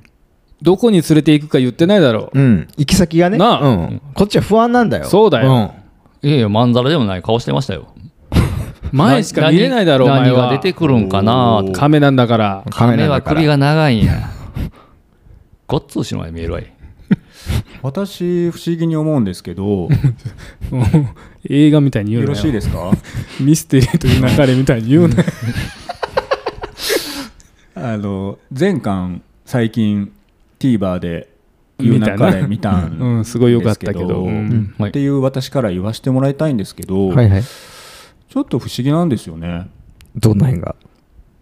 Speaker 4: どこに連れて行くか言ってないだろう、
Speaker 5: うん行き先がね
Speaker 4: なあ
Speaker 5: うんこっちは不安なんだよ
Speaker 4: そうだよ
Speaker 5: ん
Speaker 1: いやいや、まんざらでもない顔してましたよ。
Speaker 4: 前しか見れないだろうお
Speaker 1: 何
Speaker 4: 前は
Speaker 1: 何が出てくるんかな
Speaker 4: カメなんだから
Speaker 5: カメラ
Speaker 1: 目
Speaker 5: だ
Speaker 1: は
Speaker 5: から
Speaker 1: 首が長いんやごっつ後ろまで見えるわい
Speaker 3: 私不思議に思うんですけど
Speaker 4: 映画み たいに言
Speaker 3: よ
Speaker 4: うな
Speaker 3: ろ
Speaker 4: よ
Speaker 3: しいですか
Speaker 4: ミステリーという流れみたいに言うなよ
Speaker 3: あの前巻最近 TVer で夕
Speaker 4: 見たな
Speaker 3: 中で見たん
Speaker 4: うんうんすごい良かったけど
Speaker 3: です
Speaker 4: うん
Speaker 1: はい
Speaker 3: っていう私から言わせてもらいたいんですけど、
Speaker 5: はいはい
Speaker 3: ちょっと不思議なんですよね
Speaker 5: どんな辺が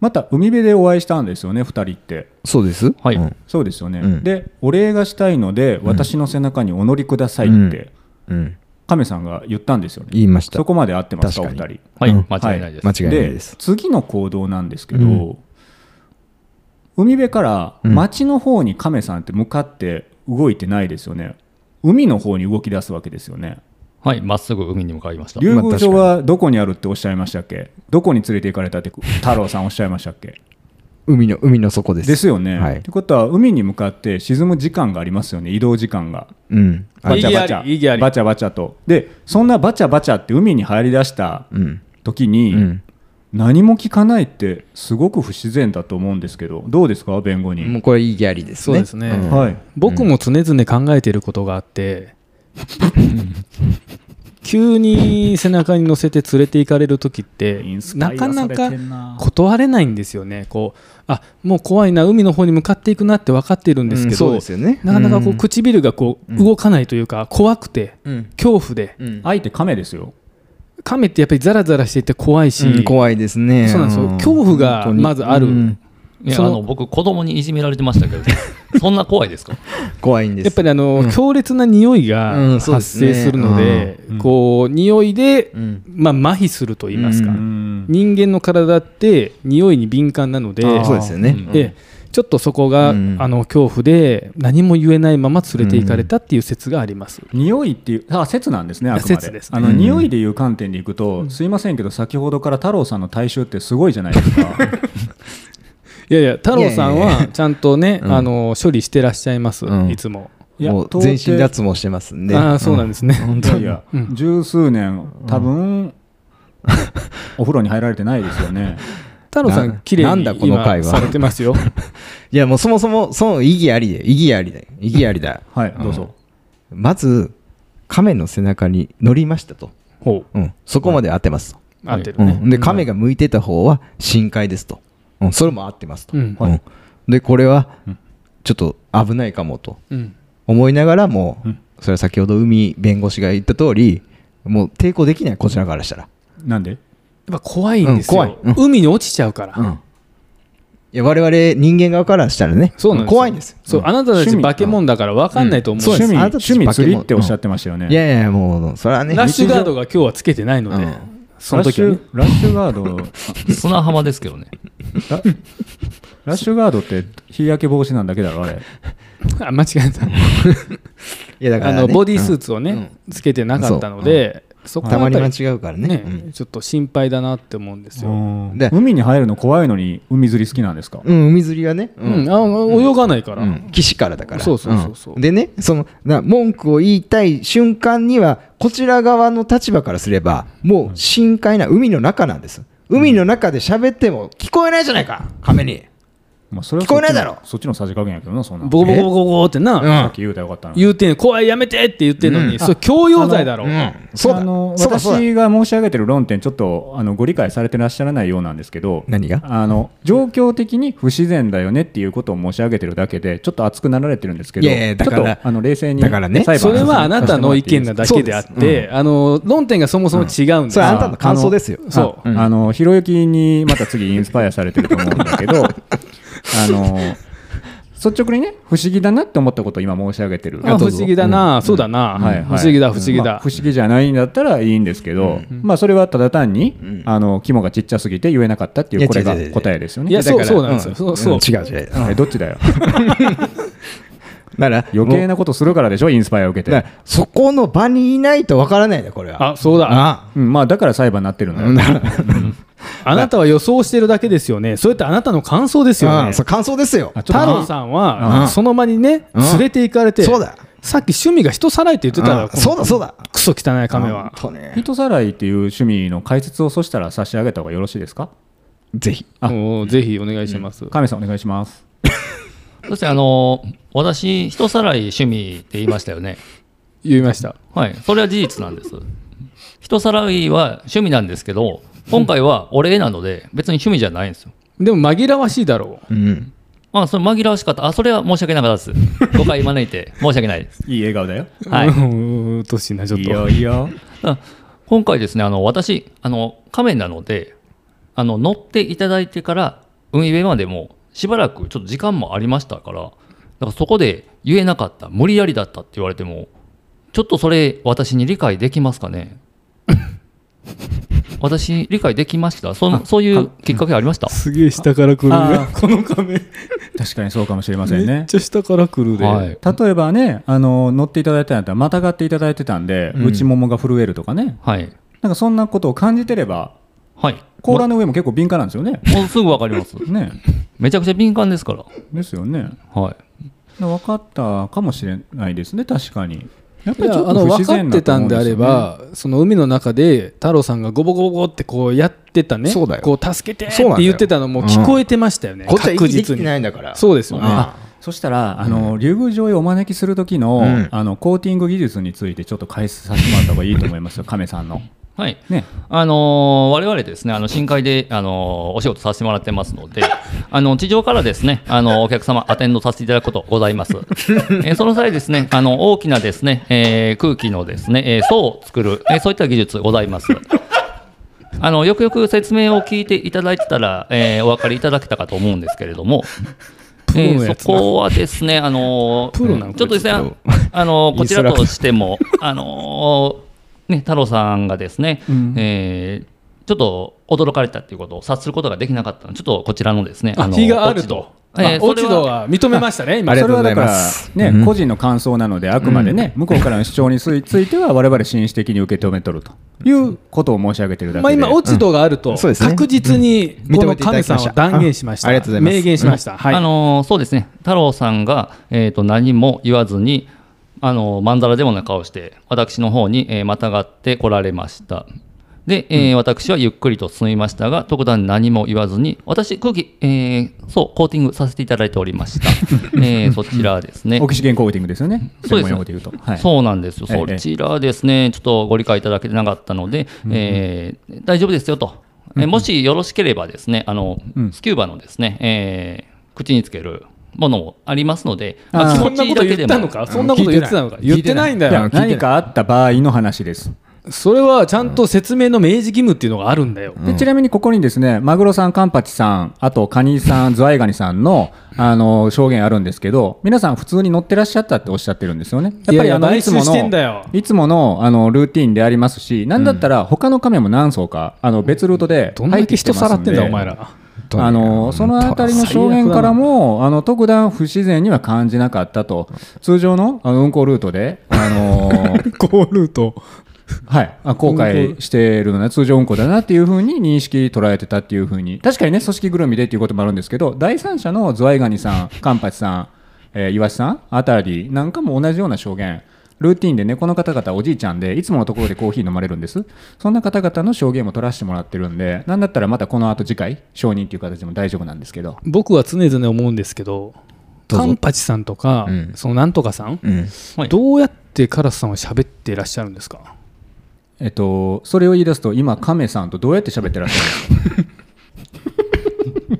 Speaker 3: また海辺でお会いしたんですよね2人って
Speaker 5: そうです
Speaker 1: はい
Speaker 5: うん
Speaker 3: そうですよね、
Speaker 5: うん
Speaker 3: でお礼がしたいので私の背中にお乗りください
Speaker 5: うん
Speaker 3: って
Speaker 5: うん
Speaker 3: 亀さんが言ったんですよね、
Speaker 5: 言いました
Speaker 3: そこまで合ってますかお
Speaker 5: 確
Speaker 3: 二
Speaker 5: かに
Speaker 3: 人
Speaker 1: はい、
Speaker 5: うん
Speaker 1: 間違いないです、
Speaker 5: 間違いない
Speaker 3: で
Speaker 5: です
Speaker 3: 次の行動なんですけど、
Speaker 5: うん
Speaker 3: 海辺から町の方に亀さんって向かって動いてないですよね、海の方に動き出すわけですよね
Speaker 1: はいまっすぐ海に向かいました
Speaker 3: 竜宮城はどこにあるっておっしゃいましたっけどこに連れて行かれたって太郎さんおっしゃいましたっけ
Speaker 5: 海の海の底です
Speaker 3: ですよね、
Speaker 5: はい
Speaker 3: ってことは海に向かって沈む時間がありますよね移動時間が
Speaker 5: うんあ
Speaker 3: バチャバチ
Speaker 4: 意義あり意義あ
Speaker 3: ャ
Speaker 4: り
Speaker 3: バチャバチャとでそんなバチャバチャって海に入り出した
Speaker 5: うん
Speaker 3: 時に、
Speaker 5: うん
Speaker 3: 何も聞かないってすごく不自然だと思うんですけどどうですか弁護人、
Speaker 5: もうこれ意義ありです
Speaker 4: そう
Speaker 5: ね
Speaker 4: ですね、
Speaker 5: ん
Speaker 3: はい
Speaker 4: 僕も常々考えていることがあって、 急に背中に乗せて連れて行かれる時って
Speaker 3: インスパ
Speaker 4: な
Speaker 3: イ
Speaker 4: か
Speaker 3: アさ
Speaker 4: な
Speaker 3: れて
Speaker 4: か
Speaker 3: んな
Speaker 4: 断れないんですよねこうあもう怖いな海の方に向かっていくなって分かっているんですけど、
Speaker 5: うんそうですよね
Speaker 4: なかなかこ
Speaker 5: う
Speaker 4: うん唇がこう動かないというか、怖くて
Speaker 5: うん
Speaker 4: 恐怖で、
Speaker 5: うん
Speaker 3: 相手亀ですよ
Speaker 4: 亀ってやっぱりザラザラしていて怖いし、
Speaker 5: うん怖いですね
Speaker 4: そうなんですよ恐怖が
Speaker 5: 本当に
Speaker 4: まずある
Speaker 5: うん
Speaker 1: いや
Speaker 4: そ
Speaker 1: あ
Speaker 4: の
Speaker 1: の僕子供にいじめられてましたけど そんな怖いですか
Speaker 5: 怖いんです
Speaker 4: やっぱりあの、
Speaker 5: うん
Speaker 4: 強烈な匂いが
Speaker 5: うんそうで
Speaker 4: 発
Speaker 5: すね
Speaker 4: 生するので,、
Speaker 3: うん
Speaker 4: こう匂いで、
Speaker 5: うん
Speaker 4: まあ麻痺すると言いますか、
Speaker 5: う
Speaker 3: うん
Speaker 4: 人間の体って匂いに敏感なので
Speaker 5: そうですよね
Speaker 1: うん
Speaker 4: でちょっとそこが、
Speaker 5: うん
Speaker 4: あの恐怖で何も言えないまま連れて行かれたっていう説があります、
Speaker 3: 匂いっていうあ説なんですねあくまで
Speaker 4: 説ですね
Speaker 3: あの
Speaker 5: うん
Speaker 3: 匂いでいう観点でいくと、すいませんけど先ほどから太郎さんの体臭ってすごいじゃないですか
Speaker 4: いやいや太郎さん
Speaker 5: いやいや
Speaker 4: はちゃんとね、
Speaker 5: うん
Speaker 4: あの処理してらっしゃいます、
Speaker 5: うん
Speaker 4: いつも、
Speaker 3: いや
Speaker 5: もう
Speaker 3: 到底
Speaker 5: 全身脱毛してますんで
Speaker 4: ああそうなんですね、
Speaker 3: い
Speaker 5: 本
Speaker 3: や
Speaker 5: 当
Speaker 3: い
Speaker 5: に
Speaker 3: や、
Speaker 4: うん
Speaker 3: 十数年多分、お風呂に入られてないですよね
Speaker 4: 太郎さん
Speaker 5: な
Speaker 4: 綺麗
Speaker 5: なん
Speaker 4: に
Speaker 5: だこの会
Speaker 4: 今
Speaker 5: 話
Speaker 4: されてます よ
Speaker 5: いやもうそもそもその意義ありで意義ありだよ意義ありだ
Speaker 3: はいどうぞ、
Speaker 5: まず亀の背中に乗りましたと、
Speaker 4: ほ
Speaker 5: うん、そこまで合ってますと、
Speaker 4: う合ってるね、
Speaker 5: うんで亀が向いてた方は深海ですと、うん、それも合ってますと、
Speaker 4: うん
Speaker 5: うんでこれはちょっと危ないかもと
Speaker 4: うん
Speaker 5: 思いながらもそれは先ほど海弁護士が言った通りもう抵抗できないこちらからしたら、
Speaker 3: なんで
Speaker 4: やっぱ怖いんですよ、
Speaker 5: うん怖いうん
Speaker 4: 海に落ちちゃうから、
Speaker 5: うんいや我々人間側からしたらね
Speaker 4: そうなんですよ
Speaker 5: 怖いんですよ
Speaker 4: そう、あなたたち化け物だから分かんないと思う、
Speaker 5: そう
Speaker 3: 趣味
Speaker 5: ですあなたたち
Speaker 3: 趣味釣り
Speaker 5: 化け物
Speaker 3: っておっしゃってましたよね、
Speaker 5: いやいやいやもうそれはね
Speaker 4: ラッシュガードが今日はつけてないので、
Speaker 5: うん
Speaker 4: その時は、
Speaker 3: ラ
Speaker 4: ね
Speaker 3: ッシ、ュラッシュガード
Speaker 1: 砂浜ですけどね
Speaker 3: ラ ラッシュガードって日焼け防止なんだけだろあれ
Speaker 4: あ間違えた、
Speaker 5: いやだ
Speaker 4: あ
Speaker 5: からね
Speaker 4: のボディースーツをね、つけてなかったので、そこは
Speaker 5: た
Speaker 4: や
Speaker 5: ま
Speaker 4: っ
Speaker 5: に
Speaker 4: ぱ
Speaker 5: 間
Speaker 4: り
Speaker 5: 違うからね
Speaker 4: ね
Speaker 5: うん
Speaker 4: ちょっと心配だなって思うんですよ、うん
Speaker 5: で
Speaker 3: 海に入るの怖いのに海釣り好きなんですか、
Speaker 5: うん、海釣りはね、うん
Speaker 4: あ泳がないから、
Speaker 5: うん岸からだから
Speaker 4: そうそうそうそうん
Speaker 5: でねそのな文句を言いたい瞬間にはこちら側の立場からすればもう深海な海の中なんです海の中で喋っても聞こえないじゃないか亀に
Speaker 3: まあ、それは
Speaker 5: 聞こえないだろ
Speaker 3: そっちのそっちのさじ加減やけどなそんな
Speaker 4: ボコボコボコボコってな、
Speaker 5: うん
Speaker 3: さっき言うたらよかったのに
Speaker 4: 言うてん怖いやめてって言ってんのに、
Speaker 5: うん
Speaker 4: それ強要罪だろう、
Speaker 5: うんそうだ
Speaker 3: あの
Speaker 5: そうだそうだ
Speaker 3: 私が申し上げてる論点ちょっとあのご理解されてらっしゃらないようなんですけど
Speaker 5: 何が
Speaker 3: あの状況的に不自然だよねっていうことを申し上げてるだけでちょっと熱くなられてるんですけど
Speaker 5: いやいやだから
Speaker 3: ちょっとあの冷静に
Speaker 5: だからね
Speaker 3: 裁判
Speaker 4: それはあなたの意見なだけであっ
Speaker 5: そうで
Speaker 4: て、あの論点がそもそも違うんです
Speaker 5: それあなたの感想ですよ
Speaker 4: あそう
Speaker 3: ああのひろゆきにまた次インスパイアされてると思うんだけ どあの率直にね不思議だなって思ったことを今申し上げてる
Speaker 4: あ不思議だな、そうだな、
Speaker 3: はいはい
Speaker 4: 不思議だ不思議だ、
Speaker 3: まあ不思議じゃないんだったらいいんですけど、まあそれはただ単に、あの肝がちっちゃすぎて言えなかったってい
Speaker 5: いうや
Speaker 3: これが
Speaker 5: 違う違う違う
Speaker 3: 答えですよね
Speaker 4: いや
Speaker 5: だから
Speaker 4: そうそうなんですよそうそう
Speaker 5: 違う違う
Speaker 3: えどっち だよ
Speaker 5: だから
Speaker 3: 余計
Speaker 5: もう
Speaker 3: なことするからでしょインスパイアを受け
Speaker 5: だ
Speaker 3: て
Speaker 5: か、らそこの場にいないとわからないねこれは
Speaker 4: あそうだあ
Speaker 5: あ
Speaker 3: うん、まあだから裁判になってるんだよ、
Speaker 4: なたは予想してるだけですよねそれってあなたの感想ですよ
Speaker 5: う
Speaker 4: ね
Speaker 5: んそう感想ですよ
Speaker 3: あちょっと
Speaker 4: 太郎さん
Speaker 5: う
Speaker 4: は
Speaker 5: ん
Speaker 4: その場にね
Speaker 5: うん
Speaker 4: 連れて行かれて
Speaker 5: そうだ
Speaker 4: さっき趣味が人さらいって言ってた
Speaker 5: うん
Speaker 4: ら
Speaker 5: そうだそうだ
Speaker 4: クソ汚い亀は
Speaker 5: 本当ね
Speaker 3: 人さらいっていう趣味の解説をそしたら差し上げた方がよろしいですか
Speaker 5: ぜひ
Speaker 3: あ
Speaker 4: もうぜひお願いします
Speaker 3: 亀さんお願いします
Speaker 1: そしてあの私人さらい趣味って言いましたよね
Speaker 4: 言いました
Speaker 1: はいそれは事実なんです人さらいは趣味なんですけど今回はお礼なので別に趣味じゃないんですよ
Speaker 4: でも紛らわしいだろう
Speaker 5: うん
Speaker 1: あそれ紛らわしかったあそれは申し訳なかったです 誤解招いて申し訳ないです
Speaker 3: いい笑顔だよ
Speaker 1: は いう
Speaker 4: ーんうっとうしいなちょっ
Speaker 3: いい
Speaker 4: と
Speaker 3: よいいよ
Speaker 1: あ今回ですねあの私あの仮面なのであの乗っていただいてから海辺までもしばらくちょっと時間もありましたからだからそこで言えなかった無理やりだったって言われ てもちょっとそれ私に理解できますかね私理解できましたそのそういうきっかけありました
Speaker 4: すげえ下から来る
Speaker 3: あ
Speaker 4: この画面
Speaker 3: 確かにそうかもしれません
Speaker 4: めっ
Speaker 3: ね
Speaker 4: ちゃ下から来るで、
Speaker 1: はい
Speaker 3: 例えばねあの乗っていただいたんだったらまたがっていただいてたんで、
Speaker 5: うん
Speaker 3: 内ももが震えるとかね
Speaker 1: はい
Speaker 3: なんかそんなことを感じてれば
Speaker 1: はい
Speaker 3: 甲羅の上も結構敏感なんですよね、
Speaker 1: ももうすぐわかります
Speaker 3: ね
Speaker 1: めちゃくちゃ敏感ですから
Speaker 3: ですよね
Speaker 1: はい
Speaker 3: 分かったかもしれないですね確かにやっ
Speaker 4: いやあの分かってたんであれば、その海の中で太郎さんがゴボゴボゴボってこうやってたね
Speaker 5: そうだよ
Speaker 4: こう助けてっ
Speaker 5: そうなん
Speaker 4: て
Speaker 5: だよ
Speaker 4: 言ってたのも聞こえてましたよね、
Speaker 5: こっちは生
Speaker 4: 確
Speaker 5: きてき
Speaker 4: 実
Speaker 5: て
Speaker 4: に
Speaker 5: ないんだから
Speaker 4: そうですよね、
Speaker 5: あ
Speaker 3: そしたらあの竜宮城へお招きする時の、
Speaker 5: うん
Speaker 3: あのコーティング技術についてちょっと解説させてもらった方がいいと思いますよ亀さんの
Speaker 1: はい
Speaker 3: ね
Speaker 1: あのー我々ですね、あの深海で、あのーお仕事させてもらってますので、 あの地上からですね、あのお客様、アテンドさせていただくことございます。 えーその際ですね、あの大きなですね、えー空気のですね、えー層を作る、えーそういった技術ございます。あのよくよく説明を聞いていただいてたら、えーお分かりいただけたかと思うんですけれども、
Speaker 4: プロの
Speaker 1: え
Speaker 4: や
Speaker 1: ー
Speaker 4: つ
Speaker 1: そ
Speaker 4: な
Speaker 1: こはですね、あのー
Speaker 4: プロなの
Speaker 1: ちょっとですね
Speaker 5: こいつ、
Speaker 1: あのーこちらとしても、あのーね、太郎さんがですね、えーちょっと驚かれたっていうことを察することができなかったので、ちょっとこちらのですね、
Speaker 4: あ
Speaker 1: の
Speaker 4: 非があると
Speaker 1: 落ち度えー
Speaker 4: あ落ち
Speaker 1: それ
Speaker 4: 度
Speaker 1: は
Speaker 4: は認めましたね今
Speaker 5: あり
Speaker 3: そ
Speaker 5: が
Speaker 3: れは
Speaker 5: とうござ
Speaker 3: だ
Speaker 5: い
Speaker 3: か
Speaker 5: ます
Speaker 3: ら、ね個人の感想なのであくまでね、向こうからの主張についついては我々紳士的に受け止めとるということを申し上げてるだけで、
Speaker 4: まあ、今落ち度がある
Speaker 5: う
Speaker 4: と
Speaker 5: んそうですね
Speaker 4: 確実に
Speaker 5: うん
Speaker 4: こ
Speaker 5: 認め
Speaker 4: の
Speaker 5: ていただ
Speaker 4: 神
Speaker 5: き
Speaker 4: さん
Speaker 5: まし
Speaker 4: は
Speaker 5: た
Speaker 4: 断言しました、
Speaker 5: あありがとうございます
Speaker 4: 明言しました、はい
Speaker 1: あのーそうですね、太郎さんが、えー、と何も言わずに、あのーまんざらでもない顔して、私の方に、えーまたがって来られました。で、えー私はゆっくりと進みましたが、特段何も言わずに、私、空気、えーそう、コーティングさせていただいておりま した。えーそちらですね
Speaker 3: オ。キシゲンコーティングですよね
Speaker 1: そうです
Speaker 3: 専門用語で言うと、はい、
Speaker 1: そうなんですよ、
Speaker 3: え
Speaker 1: そ
Speaker 3: え
Speaker 1: ちらですね、ちょっとご理解いただけてなかったので、えー大丈夫ですよと、えーもしよろしければですね、あの
Speaker 3: うん
Speaker 1: スキューバのですね、えー口につけるものもありますので、
Speaker 3: あー
Speaker 1: 気
Speaker 4: そ
Speaker 1: 持
Speaker 4: んな
Speaker 1: ち
Speaker 4: こと
Speaker 1: だけ
Speaker 4: 言
Speaker 1: で
Speaker 4: った
Speaker 1: も
Speaker 4: のかそんなこと言ってたのか
Speaker 5: 聞いてな
Speaker 4: 言ってない
Speaker 5: い
Speaker 4: んだ
Speaker 3: いや
Speaker 4: よ
Speaker 3: 何かあった場合の話です
Speaker 4: それはちゃんと説明の明示義務っていうのがあるんだよ、
Speaker 3: でちなみにここにですねマグロさん、カンパチさん、あとカニさん、ズワイガニさんのあの証言あるんですけど、皆さん、普通に乗ってらっしゃったっておっしゃってるんですよね。やっぱ
Speaker 4: いやい
Speaker 3: り
Speaker 4: や
Speaker 3: あの
Speaker 4: 買
Speaker 3: いつ
Speaker 4: 収
Speaker 3: も
Speaker 4: してんだよ
Speaker 3: のいつものあのルーティンでありますし、なんだったら他の亀も何層かあの別ルートで
Speaker 4: どんだけ人さらってんだ
Speaker 3: 入
Speaker 4: お
Speaker 3: きます
Speaker 4: 前
Speaker 3: で
Speaker 4: ら
Speaker 3: あのそのあたりの証言からも、あの特段不自然には感じなかったと、通常のあの運行ルートで、あの
Speaker 4: ゴールート
Speaker 3: はい、あ後悔しているのは通常運行だなっていうふうに認識捉えてたっていうふうに確かにね組織ぐるみでっていうこともあるんですけど第三者のズワイガニさんカンパチさん、えー、イワシさんあたりなんかも同じような証言ルーティンでねこの方々おじいちゃんでいつものところでコーヒー飲まれるんですそんな方々の証言も取らせてもらってるんでなんだったらまたこの後次回承認っていう形でも大丈夫なんですけど
Speaker 4: 僕は常々思うんですけど
Speaker 5: どうぞ
Speaker 4: カンパチさんとか、
Speaker 5: うん
Speaker 4: そのなんとかさん、
Speaker 5: うん
Speaker 1: はい
Speaker 4: どうやってカラスさんは喋っていらっしゃるんですか
Speaker 3: えっとそれを言い出すと今カメさんとどうやって喋ってらっしゃるんですか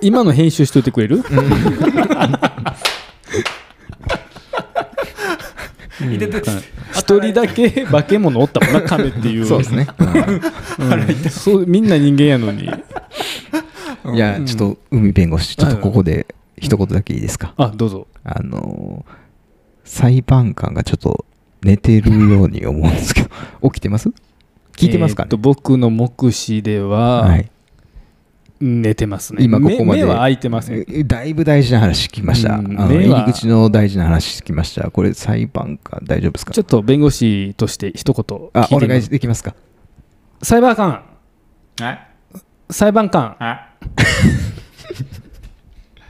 Speaker 4: 今の編集しといてくれる、一人だけ化け物おったもんな亀っていう
Speaker 5: そうですね、
Speaker 4: そうみんな人間やのに
Speaker 5: うんいやちょっと海弁護士ちょっとここで一言だけいいですか
Speaker 4: あどうぞ
Speaker 5: あのー裁判官がちょっと寝てるように思うんですけど起きてます聞いてます
Speaker 4: え
Speaker 5: か
Speaker 4: ーっ
Speaker 5: ね
Speaker 4: と、僕の目視では、
Speaker 5: はい、
Speaker 4: 寝てますね
Speaker 5: 今ここまで
Speaker 4: 目目は開いてません
Speaker 5: えだいぶ大事な話聞きました、
Speaker 4: うん
Speaker 5: あの
Speaker 4: 目
Speaker 5: 入
Speaker 4: は
Speaker 5: り口の大事な話聞きましたこれ裁判官大丈夫ですか
Speaker 4: ちょっと弁護士として一言
Speaker 5: あ
Speaker 4: 聞
Speaker 5: お
Speaker 4: いてみ
Speaker 5: 願
Speaker 4: ま
Speaker 5: い
Speaker 4: す
Speaker 5: できますか
Speaker 4: 裁判官 裁判官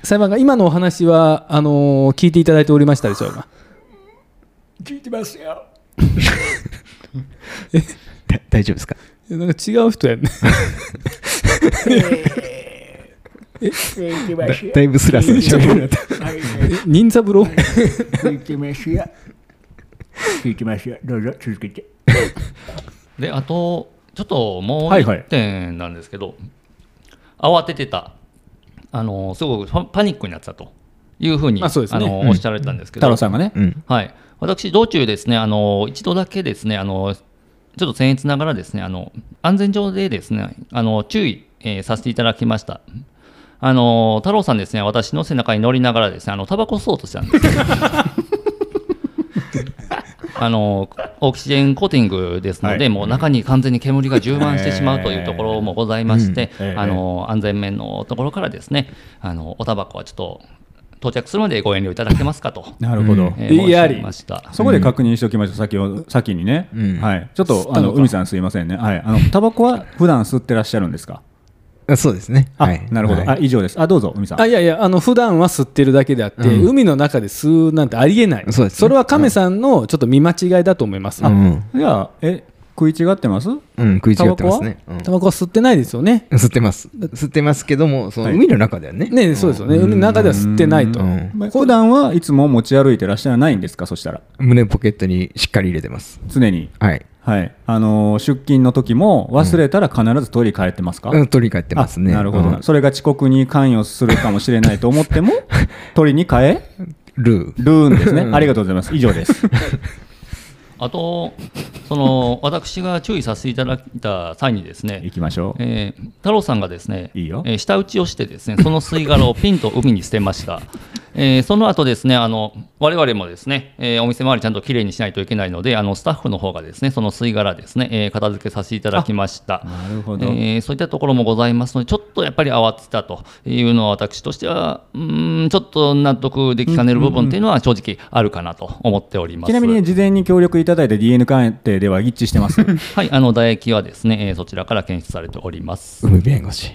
Speaker 4: 裁判官今のお話はあのー聞いていただいておりましたでしょう か
Speaker 2: 聞いてますよ。
Speaker 5: だ大丈夫ですか
Speaker 4: いやなんか違う人や ね
Speaker 2: 聞いてま
Speaker 5: だ
Speaker 2: すよ。
Speaker 5: だいぶスラスラしゃべるなった
Speaker 4: 忍三 郎
Speaker 2: 聞いてますよ。聞いてますよ。どうぞ続けて。
Speaker 1: であと、ちょっともう
Speaker 3: はいはい
Speaker 1: 1点なんですけど、慌ててた、あのーすごくパパニックになってたというふうに、
Speaker 4: まあそうですね
Speaker 1: あのー
Speaker 5: うん
Speaker 1: おっしゃられたんですけど、
Speaker 3: 太郎さんがね
Speaker 5: うん
Speaker 1: はい、私、道中ですね、あの一度だけですね、あのちょっと僭越ながらですね、あの安全上でですね、あの注意、えーさせていただきました。あの太郎さんですね、私 の背中に乗りながらですね、あのタバコ吸おうとしたんです。あのオキシエンコーティングですので、もう中に完全に煙が充満してしまうというところもございまして、
Speaker 3: えーうん
Speaker 1: あの安全面のところからですねあのおタバコはちょっと到着するまでご遠慮いただけますかと、
Speaker 3: なるほど、
Speaker 1: えー
Speaker 4: いや
Speaker 1: 申し上げました
Speaker 3: そこで確認しておきましょう、先を先にね、
Speaker 5: うん
Speaker 3: はい、ちょっとあの海さん、すいませんね、はい、あのタバコは普段吸ってらっしゃるんですか、
Speaker 5: あそうですね。
Speaker 3: あ
Speaker 5: はい
Speaker 3: なるほど、
Speaker 5: は
Speaker 3: あ以上です、あどうぞ、海さん、
Speaker 4: あいやいやあの普段は吸ってるだけであって、
Speaker 5: うん
Speaker 4: 海の中で吸うなんてありえない
Speaker 5: そうですね
Speaker 4: れは亀さんのちょっと見間違いだと思います、
Speaker 5: いうん
Speaker 3: じゃあ、え食い違ってます
Speaker 5: うん、食い違ってますね。うん
Speaker 4: タバコは吸ってないですよね
Speaker 5: 吸ってます。吸ってますけども、その
Speaker 3: はい
Speaker 5: 海の中ではね。
Speaker 4: ねそうですよね、海の中では吸ってないと、
Speaker 5: うん
Speaker 3: まあ普段はいつも持ち歩いてらっしゃらないんですか、そしたら、
Speaker 5: 胸ポケットにしっかり入れてます。
Speaker 3: 常に、
Speaker 5: はい。
Speaker 3: はいあのー出勤の時も忘れたら必ずトイレ帰ってますか、
Speaker 5: うん取り替えてますね。
Speaker 3: あなるほど、
Speaker 5: うん
Speaker 3: それが遅刻に関与するかもしれないと思 っても、取りに変え
Speaker 5: ルー。
Speaker 3: るんですね、ありがとうございます、以上 です。
Speaker 1: あとその 私が注意させていただいた際にですね
Speaker 3: 行きましょう、
Speaker 1: えー太郎さんがですね
Speaker 3: いいよ
Speaker 1: えー舌打ちをしてですねその吸い殻をピンと海に捨てました、えーその後ですねあの我々もですね、えーお店周りちゃんときれいにしないといけないのであのスタッフの方がですねその吸い殻ですね、えー片付けさせていただきました
Speaker 3: なるほど
Speaker 1: えーそういったところもございますのでちょっとやっぱり慌てたというのは私としてはうーんちょっと納得できかねる部分というのは正直あるかなと思っております、
Speaker 3: ちなみに事前に協力いただいた DNA 鑑定では一致し てます。
Speaker 1: はい、あの唾液はですね、えーそちらから検出されております。
Speaker 5: 海弁護士。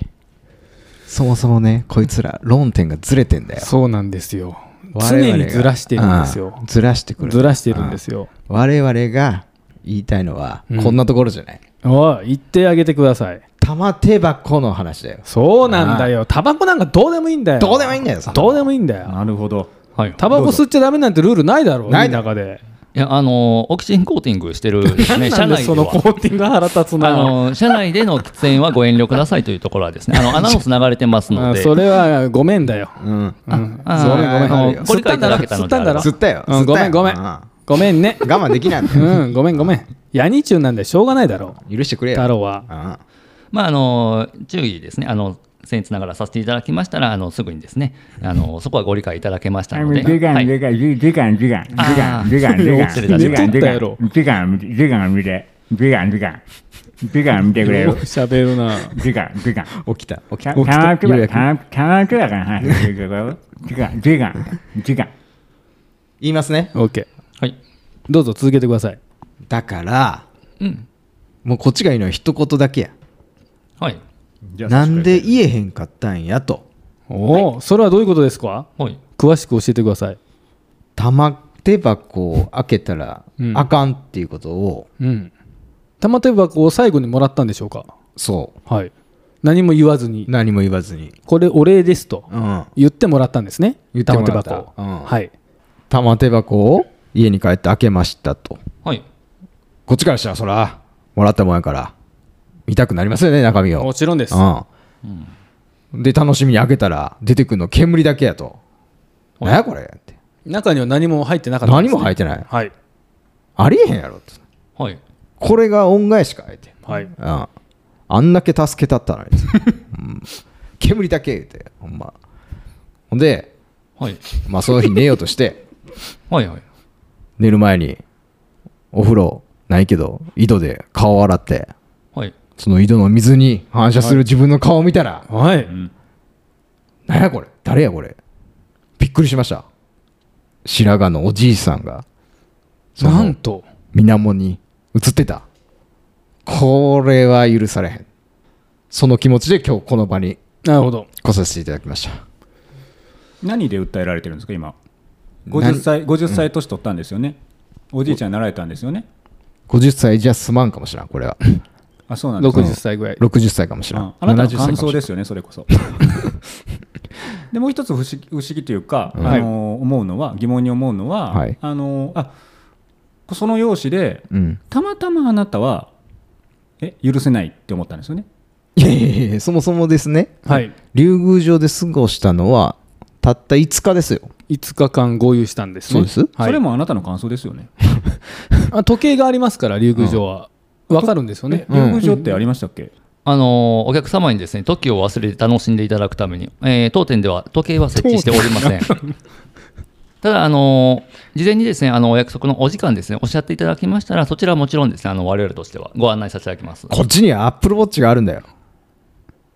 Speaker 5: そもそもね、こいつら論点がずれてんだよ。
Speaker 4: そうなんですよ
Speaker 5: 我々
Speaker 4: 常
Speaker 5: が
Speaker 4: にずらしてるんですよ
Speaker 5: ああずらしてくる。
Speaker 4: ずらしてるんですよ
Speaker 5: ああ。我々が言いたいのは、
Speaker 4: うん
Speaker 5: こんなところじゃない。
Speaker 4: おい言ってあげてください
Speaker 5: 玉手箱の話だよ。
Speaker 4: そうなんだよタバコなんかどうでもいいんだよ
Speaker 5: どうでもいいんだよそんなの
Speaker 4: どうでもいいんだよ
Speaker 3: なるほど。
Speaker 1: はい、
Speaker 4: タバコ吸っちゃダメなんてルールないだろう
Speaker 5: ない
Speaker 4: 海の中で
Speaker 1: いや、あのーオキシンコーティングしてるですね、
Speaker 4: な
Speaker 1: 社
Speaker 4: んで
Speaker 1: 内で
Speaker 4: そのコ
Speaker 1: は。
Speaker 4: ーティングが腹立つ
Speaker 1: あ
Speaker 4: な
Speaker 1: のー社内での喫煙はご遠慮くださいというところはですね、あのアナウンス流れてますの
Speaker 4: あ
Speaker 1: で、
Speaker 4: それはごめんだよ
Speaker 5: うん。
Speaker 1: あ
Speaker 5: ごめん
Speaker 1: ー
Speaker 5: ごめん
Speaker 1: あのーご理解いただけたのであれば
Speaker 5: 吸ったよ。
Speaker 4: うん
Speaker 5: 吸っ
Speaker 4: ご
Speaker 5: た
Speaker 4: め
Speaker 5: よ
Speaker 4: んごめん
Speaker 5: あ
Speaker 4: ごめん ね
Speaker 5: あ我慢できないんだよ。
Speaker 4: うんごめんごめんヤニチュウなんでしょうがないだろ
Speaker 5: 許してくれ
Speaker 4: う
Speaker 5: よ。
Speaker 4: 太郎は
Speaker 5: ああ
Speaker 1: まああのー注意ですね、あの僭越ながらさせていただきましたら、あのすぐにですね、あのそこはご理解いただけましたので、
Speaker 2: 時間、
Speaker 1: はい
Speaker 2: 時間、時間、時間、時
Speaker 1: あ
Speaker 2: 間、
Speaker 1: ー
Speaker 2: 時間、時間、
Speaker 1: 失礼
Speaker 2: 時
Speaker 1: いたしま
Speaker 2: 間、
Speaker 4: し
Speaker 2: 時
Speaker 4: た
Speaker 2: 間、時間、時間見て、時間、時間、時間見てくれ
Speaker 4: よ
Speaker 2: る
Speaker 4: く。喋るな
Speaker 2: 時間、時間。
Speaker 5: 起きた。起きた。
Speaker 2: たたまつ
Speaker 5: よう
Speaker 2: ば、
Speaker 5: やく
Speaker 2: たまたまつばから話してくれる。時間、時間、時間。
Speaker 5: 言いますね。
Speaker 4: オッケー
Speaker 1: はい
Speaker 4: どうぞ続けてください
Speaker 5: だから、
Speaker 1: うん
Speaker 5: もうこっちがいいのは一言だけや。
Speaker 1: はい
Speaker 5: なんで言えへんかったんやと。
Speaker 4: おお、それはどういうことですか
Speaker 1: はい
Speaker 4: 詳しく教えてください
Speaker 5: 玉手箱を開けたら
Speaker 4: うん
Speaker 5: あかんっていうことを、
Speaker 4: うん玉手箱を最後にもらったんでしょうか
Speaker 5: そう。
Speaker 4: はい何も言わずに
Speaker 5: 何も言わずに。
Speaker 4: これお礼ですと
Speaker 5: うん。
Speaker 4: 言ってもらったんですね
Speaker 5: 言ってもらった
Speaker 4: 玉手箱を
Speaker 5: うん
Speaker 4: はい
Speaker 5: 玉手箱を家に帰って開けましたと。
Speaker 1: はい
Speaker 5: こっちからしたら、そら、もらったもんやから、見たくなりますよね、中身を。
Speaker 4: もちろんです
Speaker 5: うん。で、楽しみに開けたら、出てくるの煙だけやと。
Speaker 1: はい
Speaker 5: 何やこれって。
Speaker 4: 中には何も入ってなかったんで
Speaker 5: 何
Speaker 4: すね
Speaker 5: も入ってない。
Speaker 4: はい
Speaker 5: ありえへんやろと。
Speaker 1: はい
Speaker 5: これが恩返しか、あえて。
Speaker 4: はい
Speaker 5: うん。あんだけ助けたったの に。うん煙だけ言うて、ほんま。ほんで、
Speaker 1: はい
Speaker 5: まあ、その日寝ようとして、
Speaker 1: はいはい
Speaker 5: 寝る前に、お風呂ないけど、井戸で顔を洗って、
Speaker 1: はい
Speaker 5: その井戸の水に反射する自分の顔を見たら、
Speaker 4: はい
Speaker 5: なんやこれ誰やこれびっくりしました白髪のおじいさんがそ
Speaker 4: な
Speaker 5: の
Speaker 4: んと
Speaker 5: 水面に映ってたこれは許されへんその気持ちで今日この場に
Speaker 4: なるほど
Speaker 5: 来させていただきました
Speaker 3: 何で訴えられてるんですか、今。
Speaker 5: 何
Speaker 3: 50歳、50歳年取ったんですよね。おじいちゃんになられたんですよね。
Speaker 5: 50歳じゃ済まんかもしれん これは
Speaker 3: あ、そうなんですか。
Speaker 4: 60歳ぐらい
Speaker 5: 60歳かもしれ
Speaker 3: うん
Speaker 5: ん
Speaker 3: あなたの
Speaker 5: 70歳か
Speaker 3: 感
Speaker 5: もし
Speaker 3: 想
Speaker 5: れん
Speaker 3: ですよね、それこ そ。でもう一つ不思議不思議というか、
Speaker 5: うん
Speaker 3: あの思うのは疑問に思うのは、
Speaker 5: はい
Speaker 3: あのあその容姿で
Speaker 5: うん
Speaker 3: たまたまあなたはえ許せないって思ったんですよね。
Speaker 5: いやいやいやそもそもですね
Speaker 4: はい
Speaker 5: 竜宮城で過ごしたのはたった5日ですよ
Speaker 4: 5日間合流したんです
Speaker 5: そう
Speaker 4: ね
Speaker 5: です
Speaker 4: はい
Speaker 3: それもあなたの感想ですよね。
Speaker 4: あ時計がありますから竜宮城はわかるんですよね
Speaker 3: え竜宮城ってありましたっけ、
Speaker 1: あのーお客様にですね時を忘れて楽しんでいただくために、えー当店では時計は設置しておりません。 ただ、あの事前にですねあのお約束のお時間ですねおっしゃっていただきましたらそちらはもちろんですねあの我々としてはご案内させていただきます
Speaker 5: こっちにはアップルウォッチがあるんだよ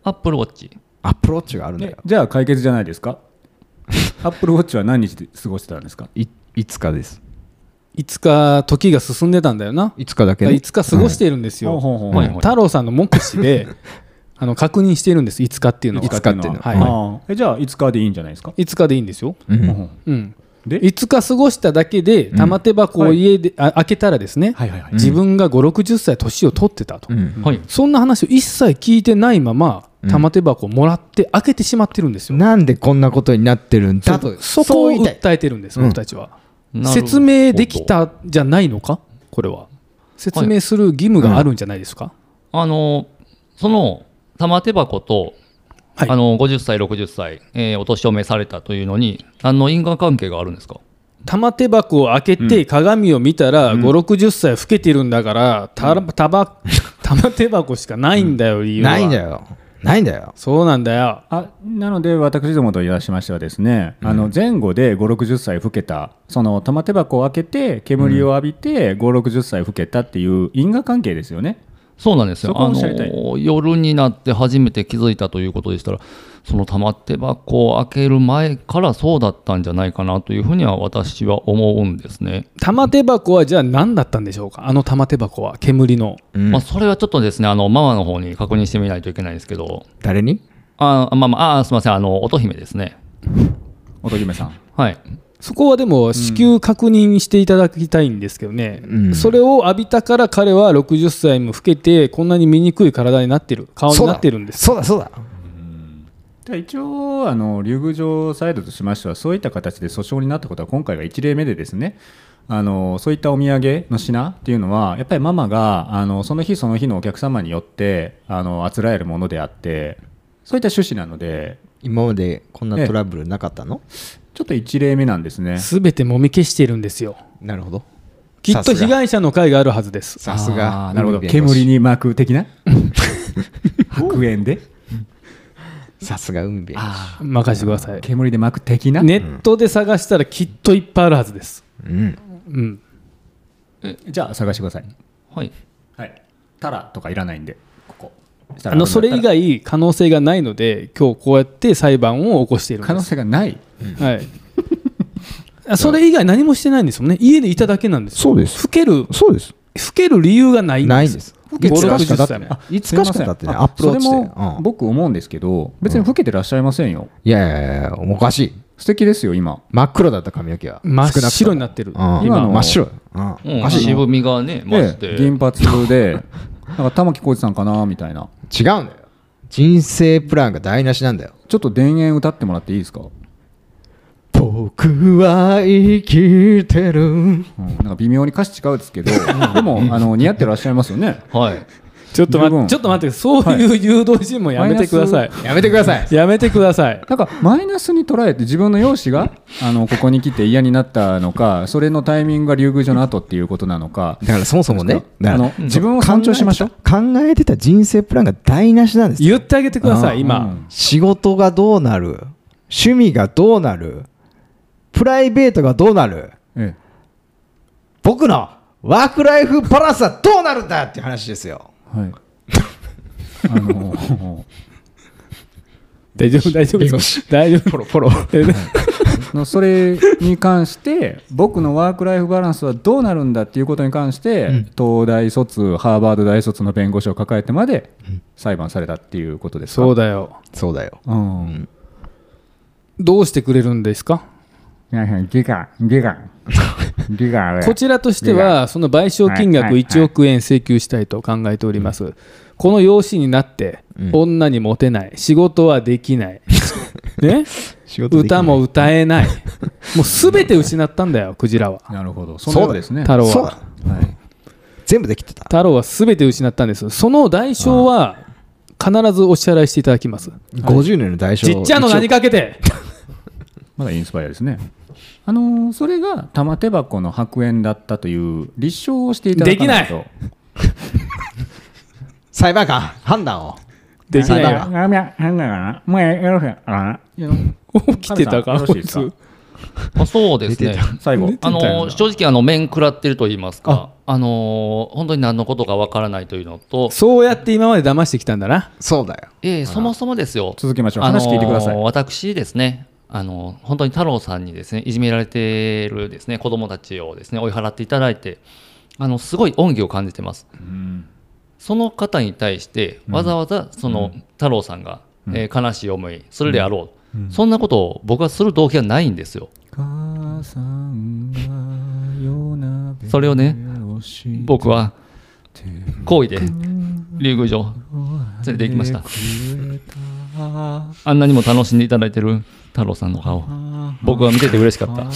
Speaker 1: アップルウォッチ
Speaker 5: アップルウォッチがあるんだよ
Speaker 3: じゃあ解決じゃないですかアップルウォッチは何日で過ごしてたんですか
Speaker 5: いいつかです
Speaker 4: いつか時が進んでたんだよない
Speaker 5: つかだけ、ね、
Speaker 4: いつか過ごしているんですよ、
Speaker 3: ほうほうほう
Speaker 4: はい太郎さんの目視であの確認しているんですいつかっていうのはい
Speaker 5: つかっていうのは
Speaker 4: はい
Speaker 3: ああえじゃあ5日でいいんじゃないですか
Speaker 4: いつかでいいんですよ、
Speaker 5: うん
Speaker 3: うんうん
Speaker 4: うん、
Speaker 3: で
Speaker 4: いつか過ごしただけで玉手箱を家で、あ開けたらですね、
Speaker 3: はいはいはい
Speaker 4: 自分が5 6 0歳年を取ってたと、
Speaker 5: うん
Speaker 1: はい
Speaker 4: そんな話を一切聞いてないまま
Speaker 5: うん
Speaker 4: 玉手箱をもらって開けてしまってるんですよ、
Speaker 5: なんでこんなことになってるんだと
Speaker 4: そこを
Speaker 5: そう言いたい
Speaker 4: 訴えてるんです
Speaker 5: うん
Speaker 4: 僕たちは、
Speaker 1: なるほど
Speaker 4: 説明できたじゃないのかこれは説明する義務があるんじゃないですか、
Speaker 1: あのその玉手箱と、
Speaker 4: はい
Speaker 1: あの50歳60歳、えーお年を召されたというのに何の因果関係があるんですか
Speaker 4: 玉手箱を開けて鏡を見たら5 6 0歳老けてるんだからたたば 玉手箱しかないんだよ理由は
Speaker 5: ないんだよないんだよ
Speaker 4: そうなんだよ
Speaker 3: あなので私どもといたしましてはですね、あの前後で5 6 0歳老けたその玉手箱を開けて煙を浴びて5 6 0歳老けたっていう因果関係ですよね、
Speaker 1: そうなんですよ
Speaker 3: そこ
Speaker 1: あ
Speaker 3: を知りたい
Speaker 1: の夜になって初めて気づいたということでしたらその玉手箱を開ける前からそうだったんじゃないかなというふうには私は思うんですね、
Speaker 4: 玉手箱はじゃあ何だったんでしょうかあの玉手箱は煙の
Speaker 5: うん
Speaker 1: まあ、それはちょっとですねあのママの方に確認してみないといけないんですけど
Speaker 5: 誰に
Speaker 1: あまあまああすみませんあの乙姫ですね
Speaker 3: 乙姫さん
Speaker 1: はい
Speaker 4: そこはでも至急確認していただきたいんですけどね、
Speaker 5: うん
Speaker 4: それを浴びたから彼は60歳も老けてこんなに醜い体になってる顔になってるんです
Speaker 5: そうだそうだそうだ
Speaker 3: じゃあ一応あの竜宮城サイドとしましてはそういった形で訴訟になったことは今回が1例目でですねあのそういったお土産の品っていうのはやっぱりママがあのその日その日のお客様によってあのあつらえるものであってそういった趣旨なので
Speaker 5: 今までこんなトラブルなかったの
Speaker 3: ちょっと1例目なんですね。
Speaker 4: 全てもみ消してるんですよ
Speaker 5: なるほど
Speaker 4: きっと被害者の会があるはずです
Speaker 5: さすが
Speaker 3: あーなるほど
Speaker 5: 海弁護士
Speaker 3: 煙に巻く的 な白煙で
Speaker 5: さすが海辺
Speaker 4: 任せてください
Speaker 3: 煙で巻く的な、
Speaker 4: ネットで探したらきっといっぱいあるはずです
Speaker 5: うん
Speaker 4: うん
Speaker 3: じゃあ探してください
Speaker 1: はい
Speaker 3: はいたらとかいらないんでここ
Speaker 4: あのそれ以外可能性がないので今日こうやって裁判を起こしているんです
Speaker 3: 可能性がない
Speaker 4: はい。あそれ以外何もしてないんですもんね。家でいただけなんですよ。
Speaker 5: そうです
Speaker 4: 老ける、老
Speaker 5: そうです
Speaker 4: ける理由がないんです。
Speaker 5: ないんです
Speaker 4: 老けてる60歳も。
Speaker 5: いつかしかだってねアップローチ
Speaker 3: そ
Speaker 5: で
Speaker 3: れ
Speaker 5: う
Speaker 3: も
Speaker 5: ん
Speaker 3: 僕思うんですけど別に老けてらっしゃいませんよ
Speaker 5: いやいやいやおかしい
Speaker 3: 素敵ですよ今
Speaker 5: 真っ黒だった髪の毛は
Speaker 4: 真
Speaker 5: 少
Speaker 4: っ
Speaker 5: なくと
Speaker 4: 白
Speaker 5: も
Speaker 4: になってる。
Speaker 5: うん
Speaker 3: 今
Speaker 5: 今
Speaker 3: の
Speaker 5: 真っ白だう
Speaker 1: うん
Speaker 5: お
Speaker 1: ん
Speaker 5: かしい違う
Speaker 1: 渋
Speaker 5: ん
Speaker 1: みがね増して、
Speaker 3: ええ銀髪 でなんか玉置浩二さんかなみたいな
Speaker 5: だよ人生プランが台無しなんだよ
Speaker 3: ちょっと田園歌ってもらっていいですか、
Speaker 5: 僕は生きてる
Speaker 3: うん、なんか微妙に歌詞違うですけどでもあの似合ってらっしゃいますよ ね
Speaker 1: はい
Speaker 4: ちょっ
Speaker 3: 十
Speaker 4: と待っ
Speaker 3: 分
Speaker 4: て、ちょっと待って、そういう誘導尋問やめてください。
Speaker 5: やめてください
Speaker 4: やめてください。
Speaker 3: なんかマイナスに捉えて自分の容姿があのここに来て嫌になったのかそれのタイミングが竜宮城の後っていうことなのか
Speaker 5: だからそもそもねだ
Speaker 3: あ
Speaker 5: から
Speaker 3: の自分を尊重しましょう
Speaker 5: 考えてた人生プランが台無しなんです
Speaker 4: 言
Speaker 5: よ
Speaker 4: ってあげてくださ
Speaker 3: あ
Speaker 4: い、今。
Speaker 5: 仕事がどうなる趣味がどうなるプライベートがどうなる
Speaker 3: え
Speaker 5: 僕のワークライフバランスはどうなるんだっていう話ですよ
Speaker 3: えはいあ の
Speaker 4: 大丈夫、大丈夫です。大丈 夫。
Speaker 5: ロフォロー
Speaker 4: え
Speaker 3: のそれに関して僕のワーク・ライフ・バランスはどうなるんだっていうことに関して、東大卒ハーバード大卒の弁護士を抱えてまで裁判されたっていうことですか
Speaker 4: そうだよ。
Speaker 5: そうだよ
Speaker 3: うん
Speaker 4: どうしてくれるんですか
Speaker 2: いやいやギガギガ ギガ
Speaker 4: こちらとしては、その賠償金額1億円請求したいと考えております。この養子になって、女にモテない、仕事はできない、ね、
Speaker 5: 仕事できない
Speaker 4: 歌も歌えない、もうすべて失ったんだよ、クジラは、
Speaker 3: なるほどそ
Speaker 5: そ
Speaker 3: の
Speaker 5: うだ
Speaker 3: ようですね
Speaker 4: 太郎
Speaker 5: そう
Speaker 4: は
Speaker 5: だ。全部できてた
Speaker 4: 太郎はすべて失ったんです。その代償は必ずお支払いしていただきます。
Speaker 5: 50年の代償
Speaker 4: ちっちゃの何かけて、
Speaker 3: まだインスパイアですね。あのーそれが玉手箱の白煙だったという立証をしていただかないと。
Speaker 4: で
Speaker 5: 裁判官判断を
Speaker 4: できないよ。
Speaker 2: ガミャ変だからもうよろしいかな
Speaker 3: きな
Speaker 4: 起きてたか、
Speaker 3: よろし
Speaker 4: こ
Speaker 3: い
Speaker 4: い
Speaker 3: ですか
Speaker 4: つ。
Speaker 1: あそうですね。
Speaker 3: 最後
Speaker 1: あの正直あの面食らってると言いますかあの本当に何のことかわからないというのと
Speaker 4: そうやって今まで騙してきたんだな
Speaker 5: そうだよ。
Speaker 1: ええそもそもですよ
Speaker 3: 続けましょう
Speaker 1: あの
Speaker 3: 話聞いてください
Speaker 1: 私ですねあの本当に太郎さんにですねいじめられてるですね子供たちをですね追い払っていただいてあのすごい恩義を感じてますその方に対してわざわざその太郎さんが、えー悲しい思いするであろう、そんなことを僕はする動機はないんですよ
Speaker 3: 母さんが夜鍋
Speaker 1: それをね
Speaker 3: をし
Speaker 1: 僕は好意で竜宮城連れて行きましたあんなにも楽しんでいただいてる太郎さんの顔僕は見てて嬉しかった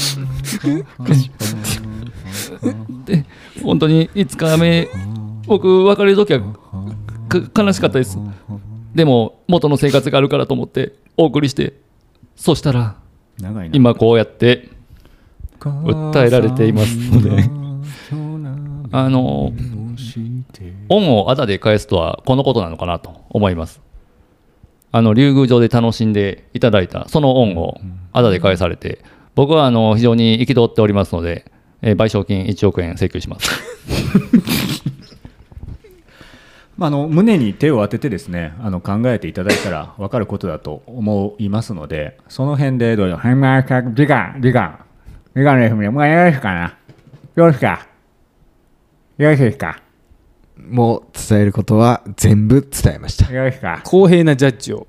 Speaker 1: で本当に5日目僕別れる時はか悲しかったですでも元の生活があるからと思ってお送りしてそしたら
Speaker 3: 長いな
Speaker 1: 今こうやって訴えられていますのであの恩をあだで返すとはこのことなのかなと思いますあの竜宮城で楽しんでいただいたその恩をあだで返されて僕はあの非常に憤っておりますので、えー賠償金1億円請求します
Speaker 3: まあ、あの胸に手を当ててですねあの考えていただいたら分かることだと思いますのでその辺でどうぞ
Speaker 2: はい、まあ、さ時間、時間。時間ですね。もうよろしいかな。どうですかよろしいですか
Speaker 5: もう伝えることは全部伝えました。
Speaker 2: よろしいですか
Speaker 4: 公平なジャッジを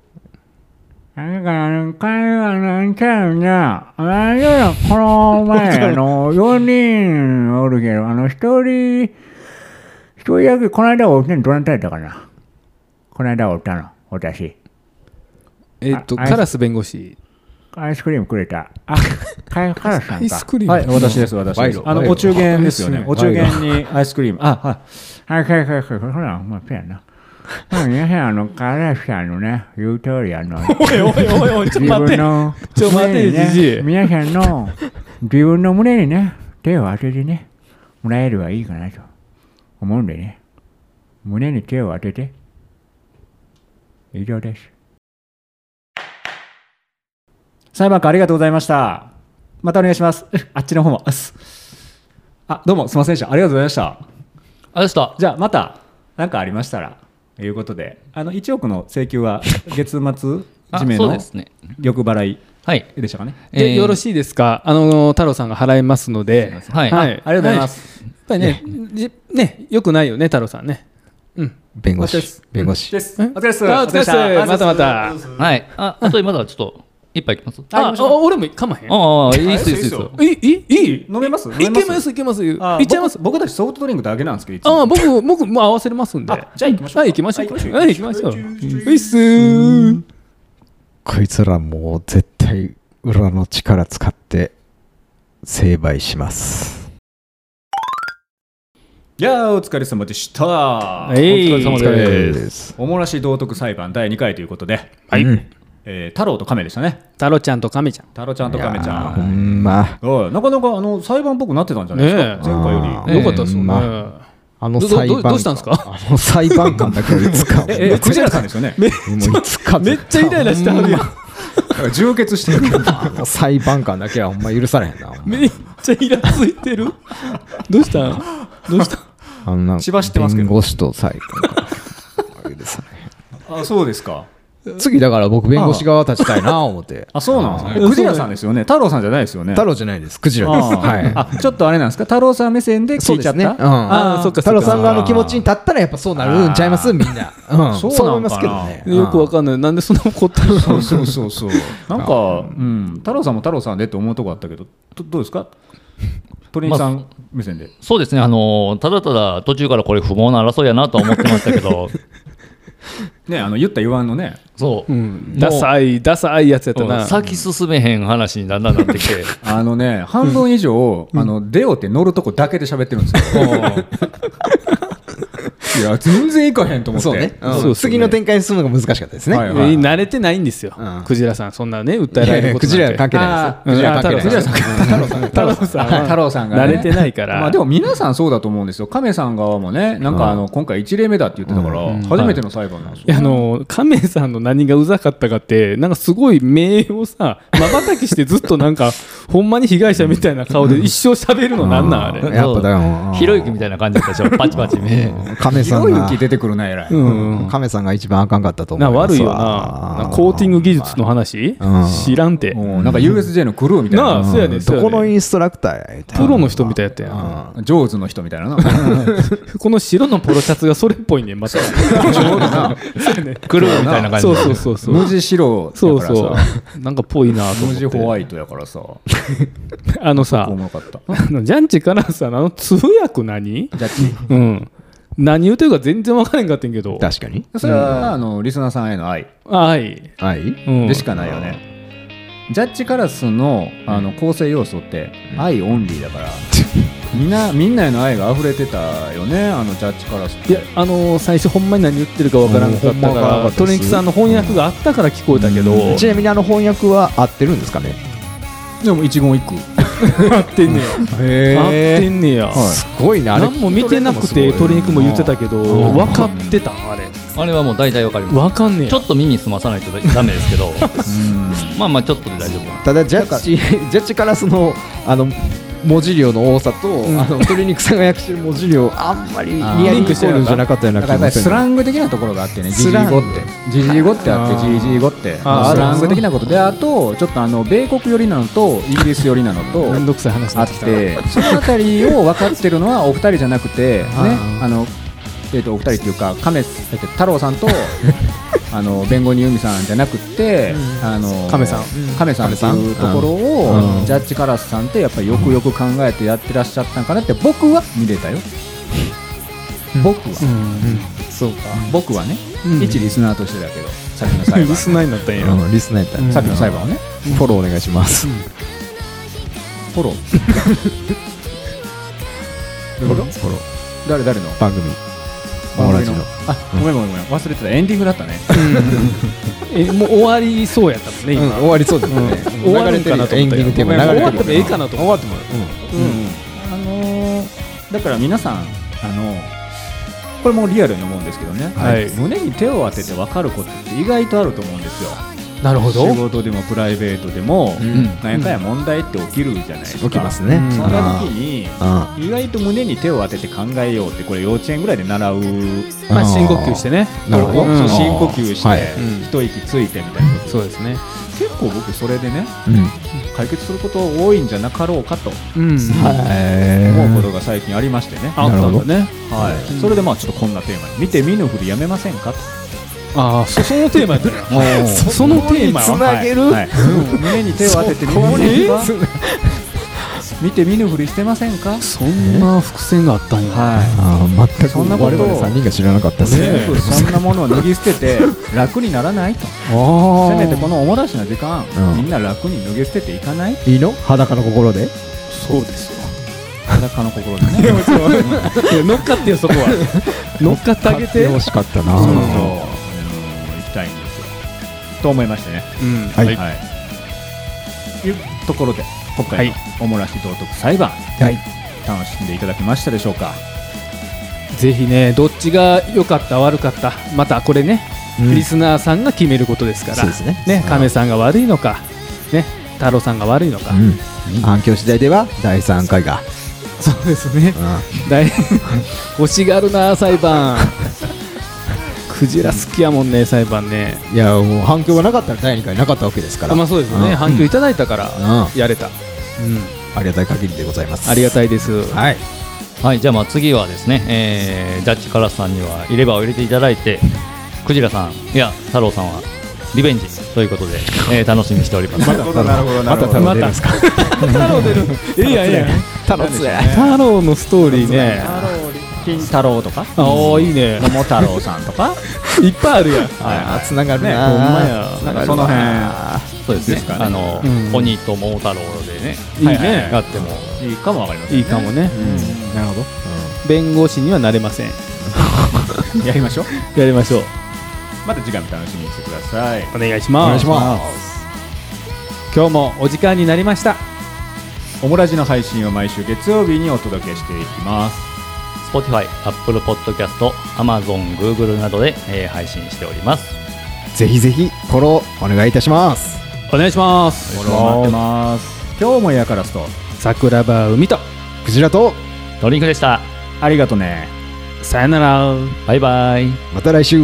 Speaker 2: あれか、あの、彼はなんちゃうな。あれだ、この前、あの、4人おるけど、あの、1人、一人だけ、この間おったの、どなたやったかな。この間おったの、私。
Speaker 4: えっと
Speaker 2: ああい
Speaker 4: カラス弁護士
Speaker 2: アイスクリームくれた。あ、カカラスさ
Speaker 4: ア
Speaker 2: ん
Speaker 4: イス
Speaker 2: か。
Speaker 4: クリーム
Speaker 3: はい私です私です
Speaker 5: 賄賂
Speaker 3: あ
Speaker 5: 賄
Speaker 3: の
Speaker 5: 賂
Speaker 3: お中元ですよねお中元にアイスクリームあはい
Speaker 2: はい、はい、はい、はい、ほら、まあ、そうやな。まあ、皆さん、あの、カラスさんのね、言う通り、あの、
Speaker 4: おいおいおいおいちょっと待って
Speaker 2: の
Speaker 4: ちょ待て
Speaker 2: 胸にね
Speaker 4: じじい
Speaker 2: 皆さんの自分の胸にね手を当ててねもらえればいいかなと思うんでね胸に手を当てて以上です
Speaker 3: 裁判官ありがとうございましたまたお願いしますあっちの方もあっすあどうもすいませんでしたありがとうございました
Speaker 1: あでした
Speaker 3: じゃあまた何かありましたらということであの1億の請求は月末
Speaker 1: あ
Speaker 3: 締め
Speaker 1: そう
Speaker 3: の
Speaker 1: ですね
Speaker 3: 欲払い
Speaker 1: はい、
Speaker 3: でしたかね
Speaker 1: え
Speaker 4: で、
Speaker 1: ー
Speaker 4: よろしいですかあの太郎さんが払いますので
Speaker 1: はい
Speaker 3: ありがとうございます、
Speaker 4: やっぱりねじねよくないよね太郎さんねうん
Speaker 5: 弁護
Speaker 3: お疲れ
Speaker 5: 士
Speaker 3: っす。
Speaker 5: 弁護士。
Speaker 3: ですお疲れっす
Speaker 4: あお疲れっす
Speaker 3: お疲れっした
Speaker 4: またまた
Speaker 1: はい、ああとまだちょっと一杯いきます
Speaker 4: ああ俺もかまへん
Speaker 1: ああいいっすいいっすいいっす
Speaker 4: いいいいいい
Speaker 3: 飲めます飲
Speaker 4: いけますすいけますいっ
Speaker 3: あ
Speaker 4: ちゃいます
Speaker 3: 僕僕たちソフトドリンクだけなんですけどいつも
Speaker 4: ああ僕僕もう合わせれますんで
Speaker 3: あじゃあ行きましょう
Speaker 4: はい行きましょう
Speaker 3: は
Speaker 4: はい
Speaker 3: い行
Speaker 4: 行
Speaker 3: き
Speaker 4: き
Speaker 3: ま
Speaker 4: ま
Speaker 3: し
Speaker 4: し
Speaker 3: ょ
Speaker 4: ょ
Speaker 3: う
Speaker 4: うういっすー
Speaker 5: こいつらもう絶対裏の力使って成敗します。
Speaker 3: いやあお疲れ様でした、
Speaker 4: い
Speaker 3: お疲れ様
Speaker 4: お疲れ様
Speaker 3: です
Speaker 5: す。
Speaker 3: おもらし道徳裁判第2回ということで、
Speaker 5: はい。
Speaker 3: えー、太郎と亀でしたね
Speaker 4: 太郎ちゃんと亀ちゃん
Speaker 3: 太郎ちゃんと亀ちゃ
Speaker 5: ほ
Speaker 3: ん
Speaker 5: んま。
Speaker 3: おいなかなかあの裁判っぽくなってたんじゃないですか、
Speaker 4: ねえ
Speaker 3: 前回よ
Speaker 5: あ
Speaker 3: り
Speaker 5: ー
Speaker 4: よかったですよね
Speaker 5: まあの
Speaker 4: ど
Speaker 5: 裁判
Speaker 4: どどうしたんですか
Speaker 5: あの裁判官だけはいつか。も
Speaker 3: ええクジラさんですよね
Speaker 5: ういつか
Speaker 4: めっちゃイライラしてはるやん
Speaker 3: 充血してる
Speaker 5: あの裁判官だけはほんま許されへんな。
Speaker 4: めっちゃイラついてるどうしたんどうしたん
Speaker 5: あのなんか
Speaker 3: 千葉知ってますけど
Speaker 5: 弁護士と裁 判官。許されへ
Speaker 3: あそうですか
Speaker 5: ん次だから僕弁護士側立ちたいな思って。
Speaker 3: あそうなんですねクジラさんですよね太郎さんじゃないですよね
Speaker 5: 太郎じゃないです。クジラです。
Speaker 3: あ
Speaker 5: はい。
Speaker 3: ーあちょっとあれなんですか太郎さん目線で聞いちゃった、
Speaker 5: そうですねうん
Speaker 3: あーそっか
Speaker 5: 太郎さん側の気持ちに
Speaker 3: に
Speaker 5: 立ったらやっぱそうなるんちゃいますみんな。うん
Speaker 3: そうなんかな
Speaker 5: 思いますけどね。
Speaker 4: よくわかんない。なんでそんなことる
Speaker 3: そうそうそうそう なんか、うん、太郎さんも太郎さんでって思うとこあったけどどどうですか鳥居さん目線で、
Speaker 1: そうですねあのただただ途中からこれ不毛な争いやなとは思ってましたけど
Speaker 3: ねあの言った言わんのね
Speaker 1: そう、
Speaker 4: うんダサい、ダサいやつやった
Speaker 1: もう
Speaker 4: な。
Speaker 1: 先進めへん話にだんだんなってきて
Speaker 3: あのね、半分以 上、あの、デオって乗るとこだけで喋ってるんですよ。いや全然いかへんと思って
Speaker 5: そうね、うん
Speaker 4: そうですよね
Speaker 5: 次の展開に進むのが難しかったですね、
Speaker 3: はい
Speaker 4: えー慣れてないんですよ、
Speaker 5: うん
Speaker 4: クジラさん、そんなね、訴えら
Speaker 5: いや
Speaker 4: れ
Speaker 5: い
Speaker 4: る
Speaker 5: や
Speaker 4: こと
Speaker 5: クジラは関係ないですクジラは関係ないで
Speaker 3: 太
Speaker 5: す
Speaker 3: 郎さん太郎さん太郎さんが
Speaker 4: 慣
Speaker 3: ね
Speaker 4: れてないから、
Speaker 3: まあでも皆さんそうだと思うんですよ亀さん側もねなんかあの今回1例目だって言ってたから初めての裁判なんですよ
Speaker 4: いやあの亀さんの何がうざかったかってなんかすごい目をさまばたきしてずっとなんかほんまに被害者みたいな顔で一生喋るのなんなんあれ、
Speaker 5: やっぱだようん
Speaker 1: ひろゆきみたいな感じだったでしょパチパチ目
Speaker 5: 亀さん
Speaker 3: 広い
Speaker 5: が
Speaker 3: 雪出てくるな偉い
Speaker 4: うん、
Speaker 5: 亀さんが一番あかんかったと思
Speaker 4: ない
Speaker 5: ます
Speaker 4: 悪いよ
Speaker 5: わ
Speaker 4: ななコーティング技術の話、
Speaker 5: うん
Speaker 4: 知らんて、
Speaker 3: もうなんか USJ のクルーみたい
Speaker 4: なあ
Speaker 3: な
Speaker 4: そうやねんそう
Speaker 5: ど
Speaker 4: や
Speaker 5: この
Speaker 4: ねん
Speaker 5: インストラクターやみたいな
Speaker 4: プロの人みたいやったやん
Speaker 3: 上手の人みたいななち
Speaker 4: この白のポロシャツがそれっぽいねんまた
Speaker 3: ょうどな
Speaker 1: クルーみたいな感じ
Speaker 4: そうそうそうそう
Speaker 3: 無地白だ
Speaker 4: そう
Speaker 3: からさ
Speaker 4: そうなんかっぽいなと
Speaker 3: 無地ホ
Speaker 4: 思っ
Speaker 3: ワ
Speaker 4: て
Speaker 3: イトやからさ
Speaker 4: あのさ
Speaker 3: 面白かった
Speaker 4: あのジャンチからさんのあのつぶやく何
Speaker 3: じゃあ
Speaker 4: うん何言うてるか全然分からへんかったんやけど
Speaker 5: 確かに
Speaker 3: それはあのリスナーさんへの愛
Speaker 4: はい、
Speaker 5: はい
Speaker 4: うん、
Speaker 3: でしかないよね、ジャッジカラスのあの構成要素って愛オンリーだから、みんなみんなへの愛が溢れてたよねあのジャッジカラスって
Speaker 4: いやあのー最初ほんまに何言ってるかわからんかっ
Speaker 5: うん
Speaker 4: たか
Speaker 5: ほんまわからんからったです
Speaker 4: トリンクさんの翻訳があったから聞こえたけど、
Speaker 5: ちなみにあの翻訳は合ってるんですかね
Speaker 3: でも一言一句
Speaker 4: 合ってんねや
Speaker 5: へ
Speaker 4: 合ってんねや、
Speaker 5: すごいなあれ
Speaker 4: 何も見てなくて鶏肉も言ってたけど分かってたあれ
Speaker 1: あれはもう大体わかります
Speaker 4: 分かんねや
Speaker 1: ちょっと耳澄まさないとダメですけどまあまあちょっとで大丈夫
Speaker 5: ただジャッジ ジャッジカラスのあの文字量の多さと、あの鶏肉さんが訳してる文字量あんまりニアリンクしてるんじゃなかったような
Speaker 3: だ
Speaker 5: 気
Speaker 3: からやっぱ
Speaker 5: が
Speaker 3: り
Speaker 5: す
Speaker 3: ス
Speaker 5: る
Speaker 3: ラング的なところがあってねジ
Speaker 5: ス
Speaker 3: ジ
Speaker 5: ラ
Speaker 3: イ
Speaker 5: ング
Speaker 3: 語ってジジイ語ってあってジジイ語って
Speaker 4: あー
Speaker 3: まあスラング的なことであとちょっとあの米国寄りなのとイギリス寄りなのと
Speaker 4: めんどくさい話に
Speaker 3: あ
Speaker 4: な
Speaker 3: って
Speaker 4: きた
Speaker 3: てその辺りを分かってるのはお二人じゃなく てねあのえー、とお二人っていうか亀えーと太郎さん とあの弁護人由美さんじゃなくて、あの
Speaker 4: 亀さん
Speaker 3: 亀さんっていうところを、
Speaker 5: うん
Speaker 3: ジャッジカラスさんってやっぱりよくよく考えてやってらっしゃったんかなって僕は見れたよ僕は、
Speaker 5: そうか
Speaker 3: 僕はね、
Speaker 4: うん
Speaker 3: 一リスナーとしてだけどさっきの裁判
Speaker 4: リスナーになったんや、
Speaker 5: うんリスナーやったら、
Speaker 4: うん
Speaker 3: さっきの裁判をね
Speaker 5: フォローお願いします、
Speaker 3: フォ ロー
Speaker 5: フォローフォロー
Speaker 3: 誰誰の
Speaker 5: 番組
Speaker 3: 番
Speaker 5: ラ
Speaker 3: 組
Speaker 5: ジ
Speaker 3: の
Speaker 5: の
Speaker 3: あごめんごめんごめん忘れてたエンディングだったね
Speaker 4: えもう終わりそうやったもんね
Speaker 5: うん、
Speaker 4: 今、
Speaker 5: 終わりそうですね、
Speaker 4: 終わるんかなと思ったよ
Speaker 5: エンディングテーマ流れ
Speaker 4: 終
Speaker 5: て
Speaker 4: わっ
Speaker 5: る
Speaker 4: てもええかなと思った
Speaker 3: うんあのーだから皆さん、あのこれもうリアルに思うんですけどね、
Speaker 4: はい
Speaker 3: 胸に手を当てて分かることって意外とあると思うんですよ、
Speaker 4: なるほど
Speaker 3: 仕事でもプライベートでも、
Speaker 5: うん
Speaker 3: 何回も問題って起きるじゃないですか、
Speaker 5: 起きますね、
Speaker 4: うん
Speaker 3: そんな時に
Speaker 5: あ
Speaker 3: 意外と胸に手を当てて考えようってこれ幼稚園ぐらいで習う
Speaker 4: まあ、深呼吸してね
Speaker 5: なるほど
Speaker 3: そう
Speaker 4: うん
Speaker 3: 深呼吸して、
Speaker 5: はい
Speaker 4: うん
Speaker 3: 一息ついてみたいなこと
Speaker 4: そうですね
Speaker 3: 結構僕それでね
Speaker 5: うんうん
Speaker 3: 解決すること多いんじゃなかろうかと
Speaker 4: うん
Speaker 5: はい
Speaker 3: 思うことが最近ありましてね、
Speaker 4: あったんだね
Speaker 3: はい、それでまあちょっとこんなテーマに見て見ぬふりやめませんかと
Speaker 4: ああそそのテーマやったんや
Speaker 5: そ
Speaker 4: そのテーマ
Speaker 5: つ
Speaker 4: は
Speaker 5: なげる、
Speaker 3: はいうん胸に手を当てて見ぬふりは見て見ぬふりしてませんか
Speaker 4: そんな伏線があったんや、
Speaker 3: は
Speaker 5: あー全く
Speaker 3: そんなこと
Speaker 5: 我々三人が知らなかったで
Speaker 3: い
Speaker 5: すね
Speaker 3: 全部そんなものを脱ぎ捨て て楽にならないとせ
Speaker 5: あ
Speaker 3: めてこのおもらしな時間
Speaker 5: うん
Speaker 3: みんな楽に脱ぎ捨てていかない
Speaker 5: いいの裸の心で
Speaker 4: そうですよ
Speaker 3: 裸の心 でね
Speaker 4: いや乗っかってよそこ は乗っかってあげて
Speaker 5: 惜しかったな
Speaker 3: そうそう行きたいんですよと思いましてね
Speaker 4: うん
Speaker 5: はい
Speaker 3: はい、いうところで今回のおもらし道徳裁判、
Speaker 5: はい
Speaker 3: 楽しんでいただけましたでしょうか
Speaker 4: ぜひねどっちが良かった悪かったまたこれね、
Speaker 5: うん
Speaker 4: リスナーさんが決めることですから
Speaker 5: そうですねうん
Speaker 4: 亀さんが悪いのかね太郎さんが悪いのか、
Speaker 5: うん反響次第では第3回が、
Speaker 4: そうですね大欲しがるな裁判クジラ好きやもんね裁判ね
Speaker 5: いやもう反響がなかったら第2回なかったわけですから
Speaker 4: あまあそうですよね、
Speaker 5: うん
Speaker 4: 反響いただいたから
Speaker 5: う
Speaker 4: やれた、うん
Speaker 5: ありがたい限りでございます
Speaker 4: ありがたいです
Speaker 5: はい
Speaker 1: はい、じゃあまあ次はですね、えージャッジカラスさんには入れ歯を入れていただいて、クジラさん、いや、太郎さんはリベンジということで、えー楽しみにしております。
Speaker 5: なるほどなるほどまたですか
Speaker 4: 太郎出るええやんええやん
Speaker 5: 太郎つや
Speaker 4: 太郎のストーリーね
Speaker 3: 金太郎とか
Speaker 4: ああいいね
Speaker 3: 桃太郎さんとか
Speaker 4: いっぱいあるやん
Speaker 5: あつながる
Speaker 3: ね
Speaker 5: な
Speaker 4: ほんまや
Speaker 5: 繋がる
Speaker 3: その辺
Speaker 1: そうですね。あの、
Speaker 4: うん
Speaker 1: 鬼と桃太郎でね、
Speaker 4: いいね、
Speaker 1: やっても
Speaker 3: いいかもわかりません
Speaker 4: いいかもね、なるほど、弁護士にはなれません
Speaker 3: やりましょう
Speaker 4: やりましょう
Speaker 3: また次回も楽しみにしてください
Speaker 4: お願いします今日もお時間になりました
Speaker 3: オムラジの配信は毎週月曜日にお届けしていきます
Speaker 1: Spotify、Apple Podcast、Amazon、Google などで、えー配信しております。
Speaker 5: ぜひぜひフォローお願いいたします
Speaker 4: お願いします
Speaker 3: フォロー待ってます今日もやからすと
Speaker 4: 桜庭海と
Speaker 5: クジラと
Speaker 1: ドリンクでした。
Speaker 3: ありがとね
Speaker 4: さよなら
Speaker 1: バイバイ。
Speaker 5: また来週